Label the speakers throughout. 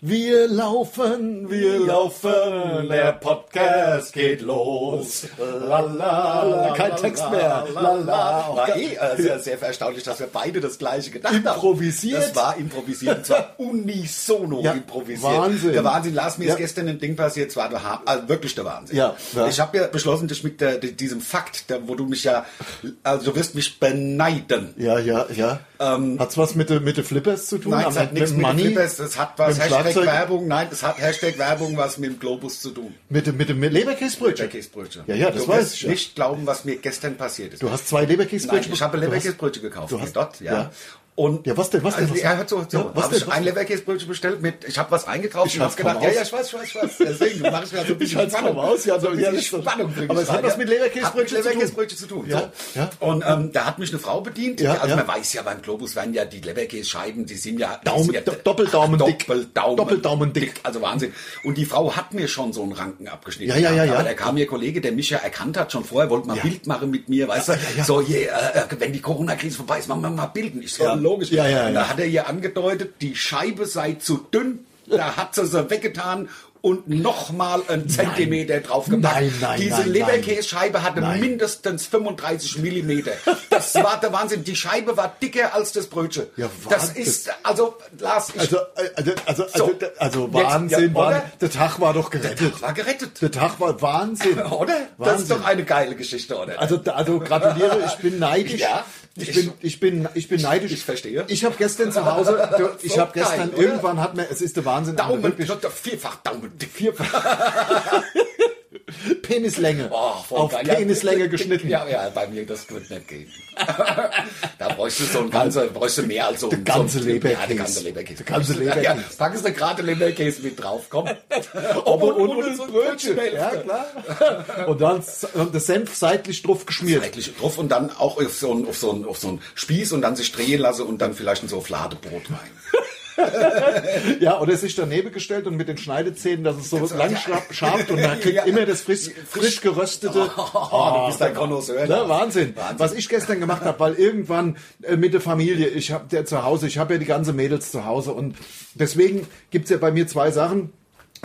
Speaker 1: Wir laufen, wir laufen, der Podcast geht los. La, la, la,
Speaker 2: Kein
Speaker 1: la,
Speaker 2: Text
Speaker 1: la,
Speaker 2: mehr.
Speaker 1: La, also la.
Speaker 2: War eh äh, sehr, sehr erstaunlich, dass wir beide das gleiche gedacht haben.
Speaker 1: Improvisiert.
Speaker 2: Das war improvisiert. Und zwar unisono
Speaker 1: Ja,
Speaker 2: improvisiert.
Speaker 1: Wahnsinn.
Speaker 2: Der Wahnsinn. Lars, mir
Speaker 1: Ja.
Speaker 2: ist gestern ein Ding passiert. Es war der Ha- also wirklich der Wahnsinn.
Speaker 1: Ja, ja.
Speaker 2: Ich habe ja beschlossen, dich mit der, di- diesem Fakt, der, wo du mich ja, also du wirst mich beneiden.
Speaker 1: Ja, ja, ja. Hat's was mit den mit de Flippers zu tun?
Speaker 2: Ähm. Nein,
Speaker 1: Am-
Speaker 2: es hat nichts
Speaker 1: dem
Speaker 2: mit den
Speaker 1: Money?
Speaker 2: Flippers, das hat was,
Speaker 1: Mit dem
Speaker 2: Hashtag
Speaker 1: Schlagzeug?
Speaker 2: Werbung, nein, das hat Hashtag Werbung was mit dem Globus zu tun.
Speaker 1: Mit dem, mit dem Leberkäsebrötchen.
Speaker 2: Leberkäsebrötchen.
Speaker 1: Ja, ja, das
Speaker 2: du
Speaker 1: weiß
Speaker 2: wirst
Speaker 1: ich ja.
Speaker 2: nicht glauben, was mir gestern passiert ist.
Speaker 1: Du hast zwei
Speaker 2: Nein,
Speaker 1: Leberkäsebrötchen.
Speaker 2: ich habe
Speaker 1: Du hast-
Speaker 2: Leberkäsebrötchen gekauft.
Speaker 1: du hast-
Speaker 2: dort, ja.
Speaker 1: ja.
Speaker 2: Und
Speaker 1: Ja, was denn, was denn,
Speaker 2: Also,
Speaker 1: was
Speaker 2: ja,
Speaker 1: denn?
Speaker 2: hört so, hört so.
Speaker 1: Ja, was
Speaker 2: Hab
Speaker 1: denn,
Speaker 2: ich
Speaker 1: was
Speaker 2: ein
Speaker 1: denn?
Speaker 2: Leberkäsebrötchen bestellt mit, ich habe was eingekauft
Speaker 1: Ich
Speaker 2: und habe
Speaker 1: halte kaum
Speaker 2: gedacht, ja,
Speaker 1: aus.
Speaker 2: ja, ich weiß, ich weiß, ich weiß. Deswegen mache ich mir so ein
Speaker 1: Ich
Speaker 2: bisschen
Speaker 1: halte kaum
Speaker 2: Spannung.
Speaker 1: aus. Ja,
Speaker 2: so ein
Speaker 1: ja,
Speaker 2: bisschen
Speaker 1: das ist doch-
Speaker 2: Spannung bringe
Speaker 1: Aber
Speaker 2: ich
Speaker 1: es hat
Speaker 2: rein,
Speaker 1: was
Speaker 2: ja.
Speaker 1: mit Leberkäsebrötchen
Speaker 2: Hat mit
Speaker 1: zu tun.
Speaker 2: Leberkäsebrötchen zu tun.
Speaker 1: Ja,
Speaker 2: so.
Speaker 1: ja.
Speaker 2: Und ähm, da hat mich eine Frau bedient.
Speaker 1: Ja,
Speaker 2: also
Speaker 1: ja.
Speaker 2: man weiß ja, beim Globus werden ja die Leberkässcheiben, die sind ja...
Speaker 1: Daumen-
Speaker 2: die sind ja
Speaker 1: do- Doppeldaumen dick.
Speaker 2: Doppeldaumen,
Speaker 1: Doppeldaumen dick.
Speaker 2: Also Wahnsinn. Und die Frau hat mir schon so einen Ranken abgeschnitten.
Speaker 1: Ja, ja, ja,
Speaker 2: gehabt.
Speaker 1: ja.
Speaker 2: Aber da kam ihr Kollege, der mich ja erkannt hat, schon vorher, wollte mal
Speaker 1: Ja.
Speaker 2: Bild machen mit mir, weißt du?
Speaker 1: ja, ja.
Speaker 2: So, je, äh, wenn die Corona-Krise vorbei ist, machen wir mal Bilden. Ich so,
Speaker 1: Ja.
Speaker 2: logisch.
Speaker 1: Ja, ja,
Speaker 2: und
Speaker 1: ja.
Speaker 2: da hat er ihr angedeutet, die Scheibe sei zu dünn, da hat sie sie weggetan und nochmal einen Zentimeter draufgepackt.
Speaker 1: Nein, nein,
Speaker 2: Diese
Speaker 1: nein,
Speaker 2: Leberkässcheibe hatte
Speaker 1: Nein.
Speaker 2: mindestens 35 Millimeter. Das war der Wahnsinn. Die Scheibe war dicker als das Brötchen.
Speaker 1: Ja,
Speaker 2: das
Speaker 1: Wahnsinn.
Speaker 2: ist, also, Lars, ich
Speaker 1: Also, äh, also, also, also,
Speaker 2: So.
Speaker 1: also
Speaker 2: Jetzt-
Speaker 1: Wahnsinn.
Speaker 2: ja,
Speaker 1: Wahnsinn.
Speaker 2: oder?
Speaker 1: der Tag war doch gerettet.
Speaker 2: war gerettet.
Speaker 1: Der Tag war Wahnsinn.
Speaker 2: Oder? Das ist
Speaker 1: Wahnsinn.
Speaker 2: doch eine geile Geschichte, oder?
Speaker 1: Also, da- also gratuliere, ich bin neidisch.
Speaker 2: Ja,
Speaker 1: ich,
Speaker 2: ich-
Speaker 1: bin, ich, bin, ich bin neidisch.
Speaker 2: Ich verstehe.
Speaker 1: Ich habe gestern zu Hause, du, ich
Speaker 2: So
Speaker 1: habe gestern
Speaker 2: geil, oder?
Speaker 1: irgendwann hat mir, es ist der Wahnsinn. aber
Speaker 2: Daumen,
Speaker 1: also wirklich,
Speaker 2: vierfach Daumen dick.
Speaker 1: Penislänge.
Speaker 2: Oh, voll
Speaker 1: auf
Speaker 2: geil.
Speaker 1: Penislänge
Speaker 2: ja,
Speaker 1: geschnitten.
Speaker 2: Ja, ja, bei mir, das wird nicht gehen. da bräuchst du so ein ganze, bräuchst du mehr als so ein...
Speaker 1: ganze
Speaker 2: so ein-
Speaker 1: Leberkäse.
Speaker 2: Ja, der ganze Leberkäse.
Speaker 1: Der ganze Leberkäse.
Speaker 2: Ja, packst du gerade Leberkäse mit drauf, komm.
Speaker 1: Ob und, und,
Speaker 2: und
Speaker 1: und,
Speaker 2: so ein
Speaker 1: Brötchen.
Speaker 2: Brötchen.
Speaker 1: Ja, klar. Und dann s- und das Senf seitlich drauf geschmiert.
Speaker 2: Eigentlich drauf und dann auch auf so einen auf so einen- auf so einen Spieß und dann sich drehen lasse und dann vielleicht ein so Fladebrot rein.
Speaker 1: Ja, oder sich daneben gestellt und mit den Schneidezähnen, dass es so lang scharf, scharf und man kriegt
Speaker 2: Ja.
Speaker 1: immer das frisch, frisch geröstete.
Speaker 2: Oh, du bist ein Connoisseur.
Speaker 1: Ne, Wahnsinn. Was ich gestern gemacht habe, weil irgendwann äh, mit der Familie, ich habe der zu Hause, ich habe ja die ganze Mädels zu Hause und deswegen gibt's ja bei mir zwei Sachen.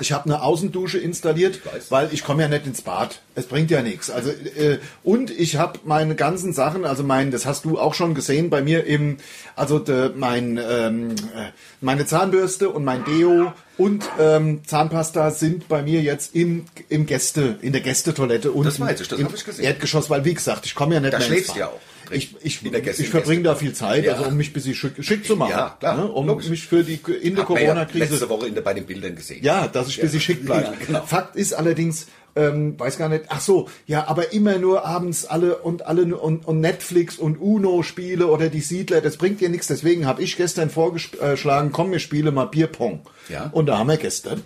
Speaker 1: Ich habe eine Außendusche installiert,
Speaker 2: weiß.
Speaker 1: weil ich komme ja nicht ins Bad. Es bringt ja nichts. Also äh, und ich habe meine ganzen Sachen, also mein, das hast du auch schon gesehen bei mir im, also de, mein ähm, äh, meine Zahnbürste und mein Deo und ähm, Zahnpasta sind bei mir jetzt im im Gäste in der Gästetoilette und
Speaker 2: Das weiß ich, das
Speaker 1: im
Speaker 2: hab ich gesehen.
Speaker 1: Erdgeschoss, weil wie gesagt, ich komme ja nicht
Speaker 2: Da
Speaker 1: mehr
Speaker 2: schläfst
Speaker 1: ins
Speaker 2: du ja
Speaker 1: Bad.
Speaker 2: auch drin.
Speaker 1: Ich, ich,
Speaker 2: In der Gäste-
Speaker 1: ich verbringe da viel Zeit,
Speaker 2: Ja.
Speaker 1: also um mich ein bisschen schick, schick zu machen.
Speaker 2: Ja, klar,
Speaker 1: ne? Um
Speaker 2: logisch.
Speaker 1: mich für die in der
Speaker 2: Hat man ja
Speaker 1: Corona-Krise.
Speaker 2: Letzte Woche in der, bei den Bildern gesehen.
Speaker 1: Ja, dass ich ein bisschen schick bleibe.
Speaker 2: Ja, genau.
Speaker 1: Fakt ist allerdings, ähm, weiß gar nicht, ach so, ja, aber immer nur abends alle und alle nur- und, und Netflix und UNO-Spiele oder die Siedler, das bringt dir nichts. Deswegen habe ich gestern vorgeschlagen, komm, wir spielen mal Bierpong.
Speaker 2: Ja.
Speaker 1: Und da haben wir gestern,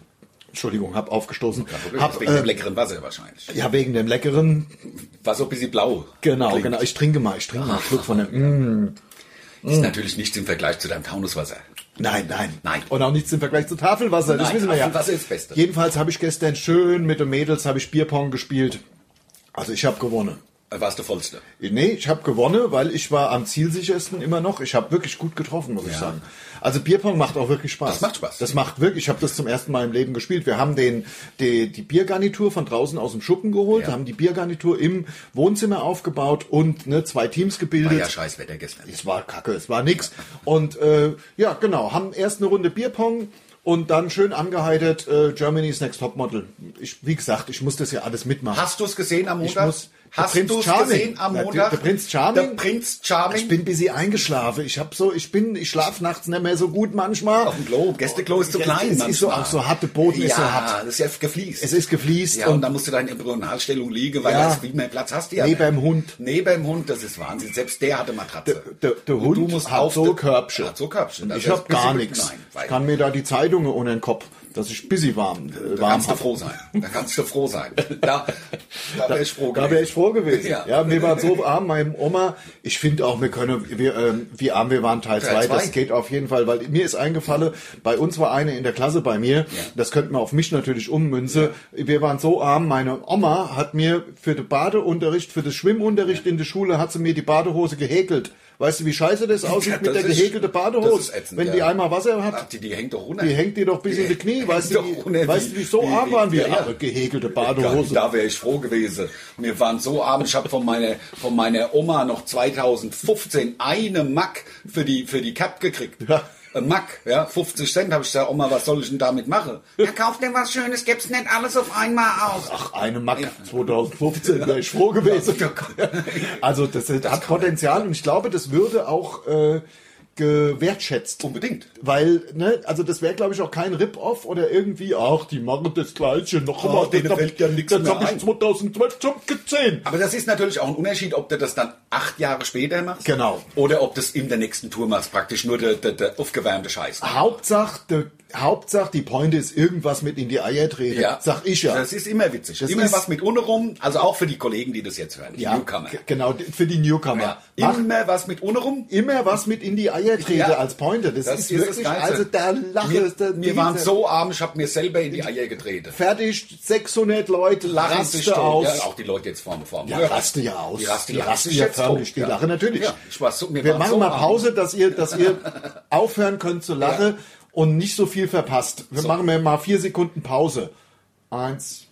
Speaker 1: Entschuldigung, hab aufgestoßen, hab,
Speaker 2: Wegen dem
Speaker 1: äh,
Speaker 2: leckeren Wasser wahrscheinlich.
Speaker 1: ja, wegen dem leckeren
Speaker 2: War so ein bisschen blau.
Speaker 1: Genau,
Speaker 2: Klingt.
Speaker 1: genau. Ich trinke mal, ich trinke mal einen Schluck von dem. Mm. Mhm.
Speaker 2: Ist natürlich nichts im Vergleich zu deinem Taunuswasser.
Speaker 1: Nein, nein,
Speaker 2: Nein.
Speaker 1: Und auch nichts im Vergleich zu Tafelwasser. das
Speaker 2: Nein,
Speaker 1: wissen wir ja.
Speaker 2: Tafelwasser ist das Beste.
Speaker 1: Jedenfalls habe ich gestern schön mit den Mädels habe ich Bierpong gespielt. Also ich habe gewonnen.
Speaker 2: Äh, Warst du vollste.
Speaker 1: Nee, ich habe gewonnen, weil ich war am zielsichersten immer noch. Ich habe wirklich gut getroffen, muss ich
Speaker 2: Ja.
Speaker 1: sagen. Also Bierpong macht auch wirklich Spaß.
Speaker 2: Das macht Spaß.
Speaker 1: Das macht wirklich. Ich habe das zum ersten Mal im Leben gespielt. Wir haben den die, die Biergarnitur von draußen aus dem Schuppen geholt,
Speaker 2: Ja.
Speaker 1: haben die Biergarnitur im Wohnzimmer aufgebaut und ne, zwei Teams
Speaker 2: War
Speaker 1: gebildet.
Speaker 2: ja scheiß Wetter gestern.
Speaker 1: es war kacke, es war nix. Und äh, ja, genau, haben erst eine Runde Bierpong und dann schön angeheitert äh, Germany's Next Topmodel. Ich, wie gesagt, ich muss das ja alles mitmachen.
Speaker 2: Hast du es gesehen am
Speaker 1: Ich
Speaker 2: Montag?
Speaker 1: muss- der
Speaker 2: Hast
Speaker 1: Prinz
Speaker 2: du es
Speaker 1: Charming.
Speaker 2: gesehen am
Speaker 1: Na, der-
Speaker 2: Montag?
Speaker 1: der Prinz Charming?
Speaker 2: Der Prinz
Speaker 1: ich
Speaker 2: Charming.
Speaker 1: bin busy eingeschlafen. Ich hab so, ich bin, ich schlaf nachts nicht mehr so gut manchmal.
Speaker 2: auf dem Klo. Gästeklo ist zu
Speaker 1: Gäste-
Speaker 2: klein.
Speaker 1: es ist so-
Speaker 2: manchmal.
Speaker 1: auch so harte Boden
Speaker 2: ja,
Speaker 1: ist so hart.
Speaker 2: Das ist ja gefliest.
Speaker 1: Es ist gefliest
Speaker 2: ja, und, dann musst du da in Embryonalstellung liegen, weil
Speaker 1: Ja.
Speaker 2: da ist viel mehr Platz hast du ja.
Speaker 1: Neben dem Hund.
Speaker 2: Neben dem Hund, das ist Wahnsinn. Selbst der hatte Matratze.
Speaker 1: der, der Hund
Speaker 2: du musst
Speaker 1: hat
Speaker 2: auf
Speaker 1: so
Speaker 2: de-
Speaker 1: Körbchen.
Speaker 2: Hat so Körbchen. Also Das
Speaker 1: Ich
Speaker 2: ist
Speaker 1: habe
Speaker 2: ein bisschen
Speaker 1: gar
Speaker 2: mit-
Speaker 1: nichts.
Speaker 2: Nein,
Speaker 1: Ich
Speaker 2: weil-
Speaker 1: kann mir da die Zeitungen unter den Kopf, dass ich busy warm, äh,
Speaker 2: Da
Speaker 1: warm
Speaker 2: kannst du
Speaker 1: hab.
Speaker 2: froh sein. Da kannst du froh sein. Da, da wäre ich froh
Speaker 1: Da wäre ich froh gewesen. Ja.
Speaker 2: Ja.
Speaker 1: wir waren so arm, meinem Oma. Ich finde auch, wir können, wir, ähm, wie arm wir waren, Teil
Speaker 2: Teil
Speaker 1: 2, das
Speaker 2: zwei.
Speaker 1: geht auf jeden Fall, weil mir ist eingefallen, bei uns war eine in der Klasse bei mir, das könnten wir auf mich natürlich ummünzen. Wir waren so arm, meine Oma hat mir für den Badeunterricht, für den Schwimmunterricht in der Schule, hat sie mir die Badehose gehäkelt. Weißt du, wie scheiße das aussieht
Speaker 2: Ja,
Speaker 1: mit
Speaker 2: das
Speaker 1: der
Speaker 2: ist-
Speaker 1: gehegelten
Speaker 2: das
Speaker 1: Badehose?
Speaker 2: ist ätzend,
Speaker 1: Wenn die
Speaker 2: ja.
Speaker 1: einmal Wasser hat,
Speaker 2: Ach, die, die hängt doch runter.
Speaker 1: die hängt dir doch bis in die Knie. Weißt du,
Speaker 2: hängt doch
Speaker 1: wie,
Speaker 2: runter,
Speaker 1: weißt du, wie so
Speaker 2: wie-
Speaker 1: arm waren wir?
Speaker 2: ja, ja.
Speaker 1: Ach, gehegelte
Speaker 2: Gott,
Speaker 1: Badehose.
Speaker 2: Da wäre ich froh gewesen. Wir waren so arm. Ich habe von meiner, von meiner Oma noch 2015 eine Mack für die, für die Cap gekriegt.
Speaker 1: Ja.
Speaker 2: Ein Mack, ja, 50 Cent habe ich gesagt, Oma, was soll ich denn damit machen? Ja, kauf dir was Schönes, gib's nicht alles auf einmal aus.
Speaker 1: Ach, eine Mack 2015 wäre ich froh gewesen. Also das, hat Potenzial und ich glaube, das würde auch äh, gewertschätzt.
Speaker 2: Unbedingt.
Speaker 1: Weil, ne, also das wäre, glaube ich, auch kein Rip-Off oder irgendwie, ach, die machen das Gleiche nochmal.
Speaker 2: Ach, Oh, denen
Speaker 1: das
Speaker 2: fällt ja nichts
Speaker 1: das
Speaker 2: mehr
Speaker 1: hab ich
Speaker 2: ein.
Speaker 1: 2012 schon gesehen.
Speaker 2: Aber das ist natürlich auch ein Unterschied, ob du das dann acht Jahre später machst.
Speaker 1: Genau.
Speaker 2: Oder ob du es in der nächsten Tour machst. Praktisch nur der, der, der aufgewärmte Scheiß.
Speaker 1: Hauptsache, de, Hauptsache, die Pointe ist irgendwas mit in die Eier treten, sag ich ja.
Speaker 2: Das ist immer witzig.
Speaker 1: Das
Speaker 2: immer
Speaker 1: ist-
Speaker 2: was mit unten rum. Also auch für die Kollegen, die das jetzt hören. Die
Speaker 1: ja,
Speaker 2: Newcomer.
Speaker 1: g- Genau, d- für die Newcomer.
Speaker 2: Ja.
Speaker 1: Mach
Speaker 2: Immer was mit unten rum.
Speaker 1: immer was mit in die Eier treten
Speaker 2: Ja.
Speaker 1: als Pointe. Das,
Speaker 2: Das
Speaker 1: ist,
Speaker 2: ist das
Speaker 1: wirklich,
Speaker 2: Geilste.
Speaker 1: also da lache
Speaker 2: Wir,
Speaker 1: da-
Speaker 2: wir waren
Speaker 1: diese-
Speaker 2: so arm, ich habe mir selber in die Eier getreten.
Speaker 1: fertig, 600 Leute
Speaker 2: Lachen sich tot.
Speaker 1: rasten aus.
Speaker 2: Ja, auch die Leute jetzt vorne vorne.
Speaker 1: Ja, raste ja aus.
Speaker 2: Die rasten
Speaker 1: Die
Speaker 2: ja,
Speaker 1: rasten
Speaker 2: sich
Speaker 1: ja
Speaker 2: jetzt
Speaker 1: förmlich.
Speaker 2: tot.
Speaker 1: Die lachen natürlich.
Speaker 2: Ja, ich war so, wir
Speaker 1: Wir
Speaker 2: waren
Speaker 1: machen
Speaker 2: so
Speaker 1: mal
Speaker 2: arm.
Speaker 1: Pause, dass ihr, dass ihr aufhören könnt zu lachen und nicht so viel verpasst. Wir machen wir mal vier Sekunden Pause. Eins,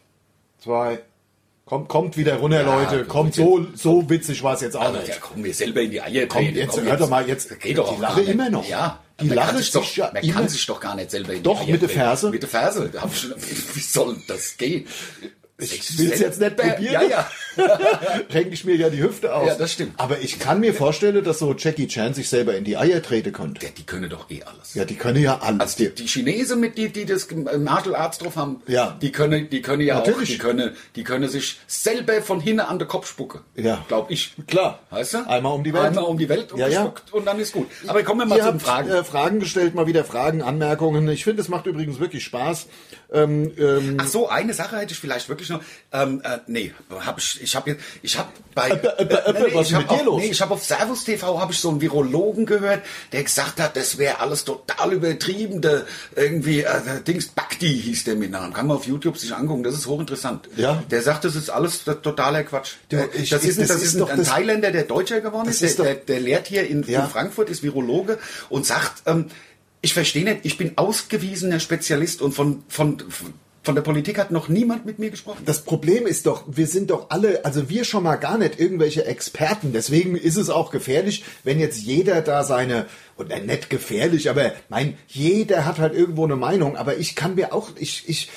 Speaker 1: zwei. Kommt, kommt wieder runter, Leute.
Speaker 2: gut,
Speaker 1: Kommt so, so witzig war es jetzt auch
Speaker 2: Also,
Speaker 1: nicht.
Speaker 2: ja, komm, wir selber in die Eier
Speaker 1: Komm,
Speaker 2: treten.
Speaker 1: jetzt,
Speaker 2: Komm,
Speaker 1: hör doch mal, jetzt-
Speaker 2: Das Geht doch
Speaker 1: die
Speaker 2: auch
Speaker 1: lachen
Speaker 2: gar nicht.
Speaker 1: immer noch.
Speaker 2: Ja.
Speaker 1: Die
Speaker 2: man
Speaker 1: lachen
Speaker 2: kann sich
Speaker 1: sich
Speaker 2: doch,
Speaker 1: ja
Speaker 2: Man
Speaker 1: immer-
Speaker 2: kann sich doch gar nicht selber in die
Speaker 1: Doch,
Speaker 2: Eier
Speaker 1: mit der
Speaker 2: treten.
Speaker 1: Ferse.
Speaker 2: Mit der Ferse. Da hab ich schon, wie soll das gehen? Ich
Speaker 1: will's jetzt nicht probieren.
Speaker 2: Ja, ja.
Speaker 1: Renke ich mir ja die Hüfte aus.
Speaker 2: Ja, das stimmt.
Speaker 1: Aber ich kann mir vorstellen, dass so Jackie Chan sich selber in die Eier treten könnte.
Speaker 2: Ja, die können doch eh alles.
Speaker 1: Ja, die können ja alles.
Speaker 2: Also die, die Chinesen mit die, die das äh, Martial Arts drauf haben,
Speaker 1: Ja.
Speaker 2: die können, die können ja
Speaker 1: Natürlich.
Speaker 2: auch, die können, die können sich selber von hinten an den Kopf spucken.
Speaker 1: Ja.
Speaker 2: Glaub ich.
Speaker 1: Klar.
Speaker 2: Weißt du?
Speaker 1: Einmal um die Welt.
Speaker 2: Einmal um die Welt und
Speaker 1: Ja, ja.
Speaker 2: gespuckt und dann ist gut. Aber kommen wir mal
Speaker 1: Ihr
Speaker 2: zu den
Speaker 1: habt,
Speaker 2: Fragen.
Speaker 1: Äh, Fragen gestellt, mal wieder Fragen, Anmerkungen. Ich finde, es macht übrigens wirklich Spaß. Ähm, ähm,
Speaker 2: Ach so, eine Sache hätte ich vielleicht wirklich noch. Ähm, äh, nee, hab ich, ich habe jetzt, ich habe bei,
Speaker 1: äh, äh,
Speaker 2: nee, nee,
Speaker 1: was
Speaker 2: ich
Speaker 1: ist
Speaker 2: hab
Speaker 1: mit dir
Speaker 2: auf,
Speaker 1: los?
Speaker 2: Nee, ich habe auf Servus TV habe ich so einen Virologen gehört, der gesagt hat, das wäre alles total übertrieben, der irgendwie äh, der Dings Bakti hieß der mit Namen. Kann man auf YouTube sich angucken, das ist hochinteressant.
Speaker 1: Ja.
Speaker 2: Der sagt, das ist alles to- totaler Quatsch.
Speaker 1: Du,
Speaker 2: Der-
Speaker 1: ich-
Speaker 2: das
Speaker 1: ich-
Speaker 2: ist, ein-
Speaker 1: das
Speaker 2: das
Speaker 1: ist
Speaker 2: ist ein,
Speaker 1: doch
Speaker 2: ein
Speaker 1: das-
Speaker 2: Thailänder, der Deutscher geworden
Speaker 1: Das
Speaker 2: ist,
Speaker 1: ist
Speaker 2: der,
Speaker 1: doch-
Speaker 2: der, der lehrt hier in,
Speaker 1: Ja.
Speaker 2: in Frankfurt, ist Virologe und sagt, ähm, ich verstehe nicht, ich bin ausgewiesener Spezialist und von, von, von der Politik hat noch niemand mit mir gesprochen.
Speaker 1: das Problem ist doch, wir sind doch alle, also wir schon mal gar nicht irgendwelche Experten. Deswegen ist es auch gefährlich, wenn jetzt jeder da seine, und äh, nicht gefährlich, aber mein, jeder hat halt irgendwo eine Meinung. Aber ich kann mir auch, ich, ich,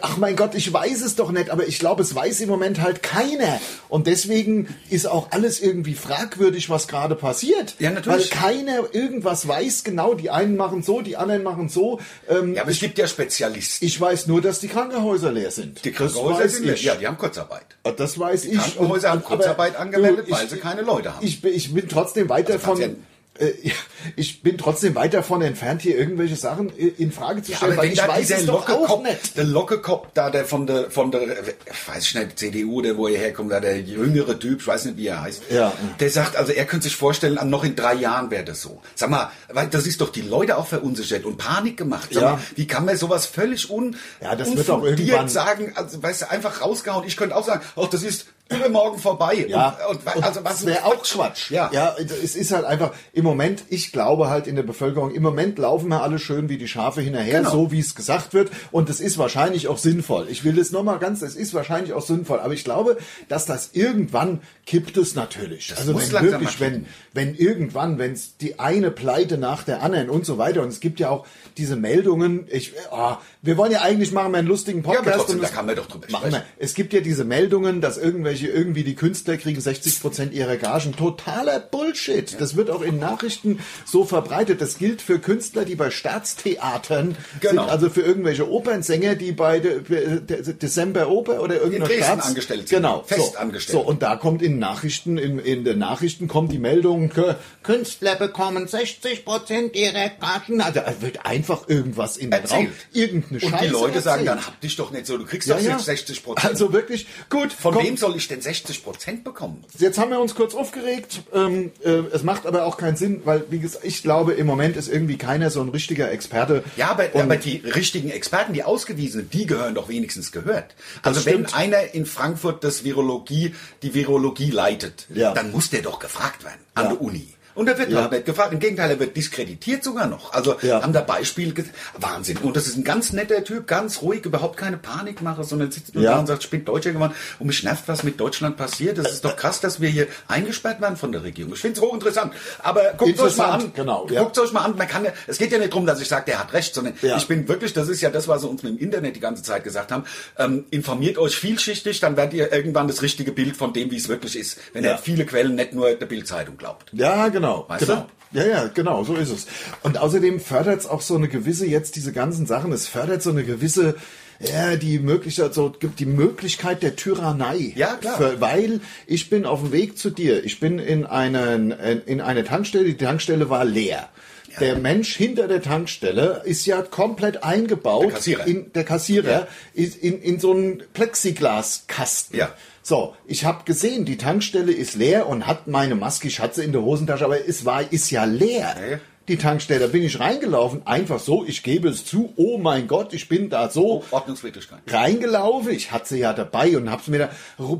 Speaker 1: ach mein Gott, ich weiß es doch nicht, aber ich glaube, es weiß im Moment halt keiner. Und deswegen ist auch alles irgendwie fragwürdig, was gerade passiert.
Speaker 2: Ja, natürlich.
Speaker 1: Weil keiner irgendwas weiß genau. Die einen machen so, die anderen machen so. Ähm,
Speaker 2: Ja, aber es gibt ja Spezialisten.
Speaker 1: ich weiß nur, dass die Krankenhäuser leer sind.
Speaker 2: Die
Speaker 1: Das
Speaker 2: Krankenhäuser
Speaker 1: weiß
Speaker 2: sind
Speaker 1: ich.
Speaker 2: ja, die haben Kurzarbeit.
Speaker 1: Ah, Das weiß ich.
Speaker 2: Krankenhäuser
Speaker 1: Und-
Speaker 2: haben
Speaker 1: aber
Speaker 2: Kurzarbeit
Speaker 1: du,
Speaker 2: angemeldet, weil
Speaker 1: ich-
Speaker 2: sie keine Leute haben. Also
Speaker 1: Ich, bin- ich bin trotzdem weit davon.
Speaker 2: Patienten.
Speaker 1: äh, ja, Ich bin trotzdem weit davon entfernt, hier irgendwelche Sachen äh, in Frage zu stellen, weil ich weiß es doch
Speaker 2: Locke
Speaker 1: auch
Speaker 2: Cop-
Speaker 1: nicht.
Speaker 2: der Locke Cop, da der von der, von der, äh, weiß ich nicht, CDU, der wo er herkommt, da der jüngere Typ, ich weiß nicht, wie er heißt,
Speaker 1: Ja.
Speaker 2: der sagt, also er könnte sich vorstellen, an- noch in drei Jahren wäre das so. Sag mal, weil das ist doch die Leute auch verunsichert und Panik gemacht. Sag
Speaker 1: Ja.
Speaker 2: mal, wie kann man sowas völlig un,
Speaker 1: Ja, das wird
Speaker 2: unfundiert
Speaker 1: auch irgendwann-
Speaker 2: sagen, also, weißt du, einfach rausgehauen. Ich könnte auch sagen, ach, das ist übermorgen vorbei.
Speaker 1: Ja,
Speaker 2: Und, und, also was
Speaker 1: das wäre auch Quatsch.
Speaker 2: Ja.
Speaker 1: ja, es ist halt einfach, im Moment, ich glaube halt in der Bevölkerung, im Moment laufen wir alle schön wie die Schafe hinterher,
Speaker 2: Genau.
Speaker 1: so wie es gesagt wird. Und es ist wahrscheinlich auch sinnvoll. Ich will das nochmal ganz, es ist wahrscheinlich auch sinnvoll. Aber ich glaube, dass das irgendwann kippt es natürlich. also
Speaker 2: muss
Speaker 1: wenn
Speaker 2: langsam
Speaker 1: wirklich,
Speaker 2: mal
Speaker 1: wenn, wenn irgendwann, wenn es die eine Pleite nach der anderen und so weiter. Und es gibt ja auch diese Meldungen, ich, ah, wir wollen ja eigentlich machen wir einen lustigen
Speaker 2: aber
Speaker 1: Podcast.
Speaker 2: trotzdem,
Speaker 1: und
Speaker 2: da
Speaker 1: es-
Speaker 2: kann man doch drüber
Speaker 1: machen
Speaker 2: sprechen.
Speaker 1: wir. Es gibt ja diese Meldungen, dass irgendwelche, irgendwie die Künstler kriegen 60% ihrer Gagen. Totaler Bullshit. Das wird auch in Nachrichten so verbreitet. Das gilt für Künstler, die bei Staatstheatern
Speaker 2: Genau.
Speaker 1: sind, also für irgendwelche Opernsänger, die bei der, der Dezember Oper oder irgendeiner
Speaker 2: Dresden
Speaker 1: Staats...
Speaker 2: angestellt sind.
Speaker 1: Genau.
Speaker 2: Fest
Speaker 1: so.
Speaker 2: angestellt.
Speaker 1: So, und da kommt in Nachrichten, in, in den Nachrichten kommt die Meldung, äh, Künstler bekommen 60% ihrer Gagen. Also da wird einfach irgendwas in den Raum.
Speaker 2: Erzählt.
Speaker 1: Irgendeine
Speaker 2: Und
Speaker 1: Scheiße
Speaker 2: die Leute sagen,
Speaker 1: erzählt.
Speaker 2: dann hab dich doch nicht so, du kriegst
Speaker 1: Ja,
Speaker 2: doch
Speaker 1: ja.
Speaker 2: jetzt 60 Prozent.
Speaker 1: Also wirklich, gut,
Speaker 2: Von
Speaker 1: komm,
Speaker 2: wem soll ich denn 60 Prozent bekommen?
Speaker 1: Jetzt haben wir uns kurz aufgeregt. Ähm, äh, es macht aber auch keinen Sinn, weil, wie gesagt, ich glaube, im Moment ist irgendwie keiner so ein richtiger Experte.
Speaker 2: Ja, aber,
Speaker 1: Und
Speaker 2: aber die richtigen Experten, die Ausgewiesenen, die gehören doch wenigstens gehört. Also wenn
Speaker 1: stimmt.
Speaker 2: einer in Frankfurt das Virologie, die Virologie leitet,
Speaker 1: Ja.
Speaker 2: dann muss der doch gefragt werden an der Uni. Und er wird
Speaker 1: Ja.
Speaker 2: auch nicht gefragt. Im Gegenteil, er wird diskreditiert sogar noch. Also
Speaker 1: Ja.
Speaker 2: haben da Beispiele. ge- Wahnsinn. Und das ist ein ganz netter Typ, ganz ruhig, überhaupt keine Panikmache, sondern sitzt nur
Speaker 1: Ja.
Speaker 2: da und sagt, ich bin Deutscher geworden und mich nervt, was mit Deutschland passiert. Das ist doch krass, dass wir hier eingesperrt werden von der Regierung. Ich finde es hochinteressant. Aber guckt euch mal an.
Speaker 1: Interessant, genau, ja.
Speaker 2: Guckt euch mal an. Man kann ja, es geht ja nicht darum, dass ich sage, der hat recht, sondern
Speaker 1: Ja.
Speaker 2: ich bin wirklich, das ist ja das, was sie uns im Internet die ganze Zeit gesagt haben. Ähm, informiert euch vielschichtig, dann werdet ihr irgendwann das richtige Bild von dem, wie es wirklich ist. Wenn
Speaker 1: Ja.
Speaker 2: ihr viele Quellen nicht nur der Bildzeitung glaubt.
Speaker 1: Ja, genau.
Speaker 2: Weißt
Speaker 1: genau. Ja, ja, genau, so ist es. Und außerdem fördert es auch so eine gewisse, jetzt diese ganzen Sachen, es fördert so eine gewisse, ja, die Möglichkeit, so gibt die Möglichkeit der Tyrannei.
Speaker 2: Ja, klar.
Speaker 1: Für, weil ich bin auf dem Weg zu dir. Ich bin in einen, in eine Tankstelle, die Tankstelle war leer. Der Mensch hinter der Tankstelle ist ja komplett eingebaut.
Speaker 2: Der Kassierer.
Speaker 1: In, der Kassierer ist in, in so einen Plexiglaskasten.
Speaker 2: Ja.
Speaker 1: So, ich habe gesehen, die Tankstelle ist leer und hat meine Maske, ich hatte sie in der Hosentasche, aber es war, ist ja leer.
Speaker 2: Ja, ja.
Speaker 1: Die Tankstelle, da bin ich reingelaufen, einfach so, ich gebe es zu, oh mein Gott, ich bin da so
Speaker 2: Oh. Ordnungswidrigkeit.
Speaker 1: reingelaufen, ich hatte sie ja dabei und hab's mir da,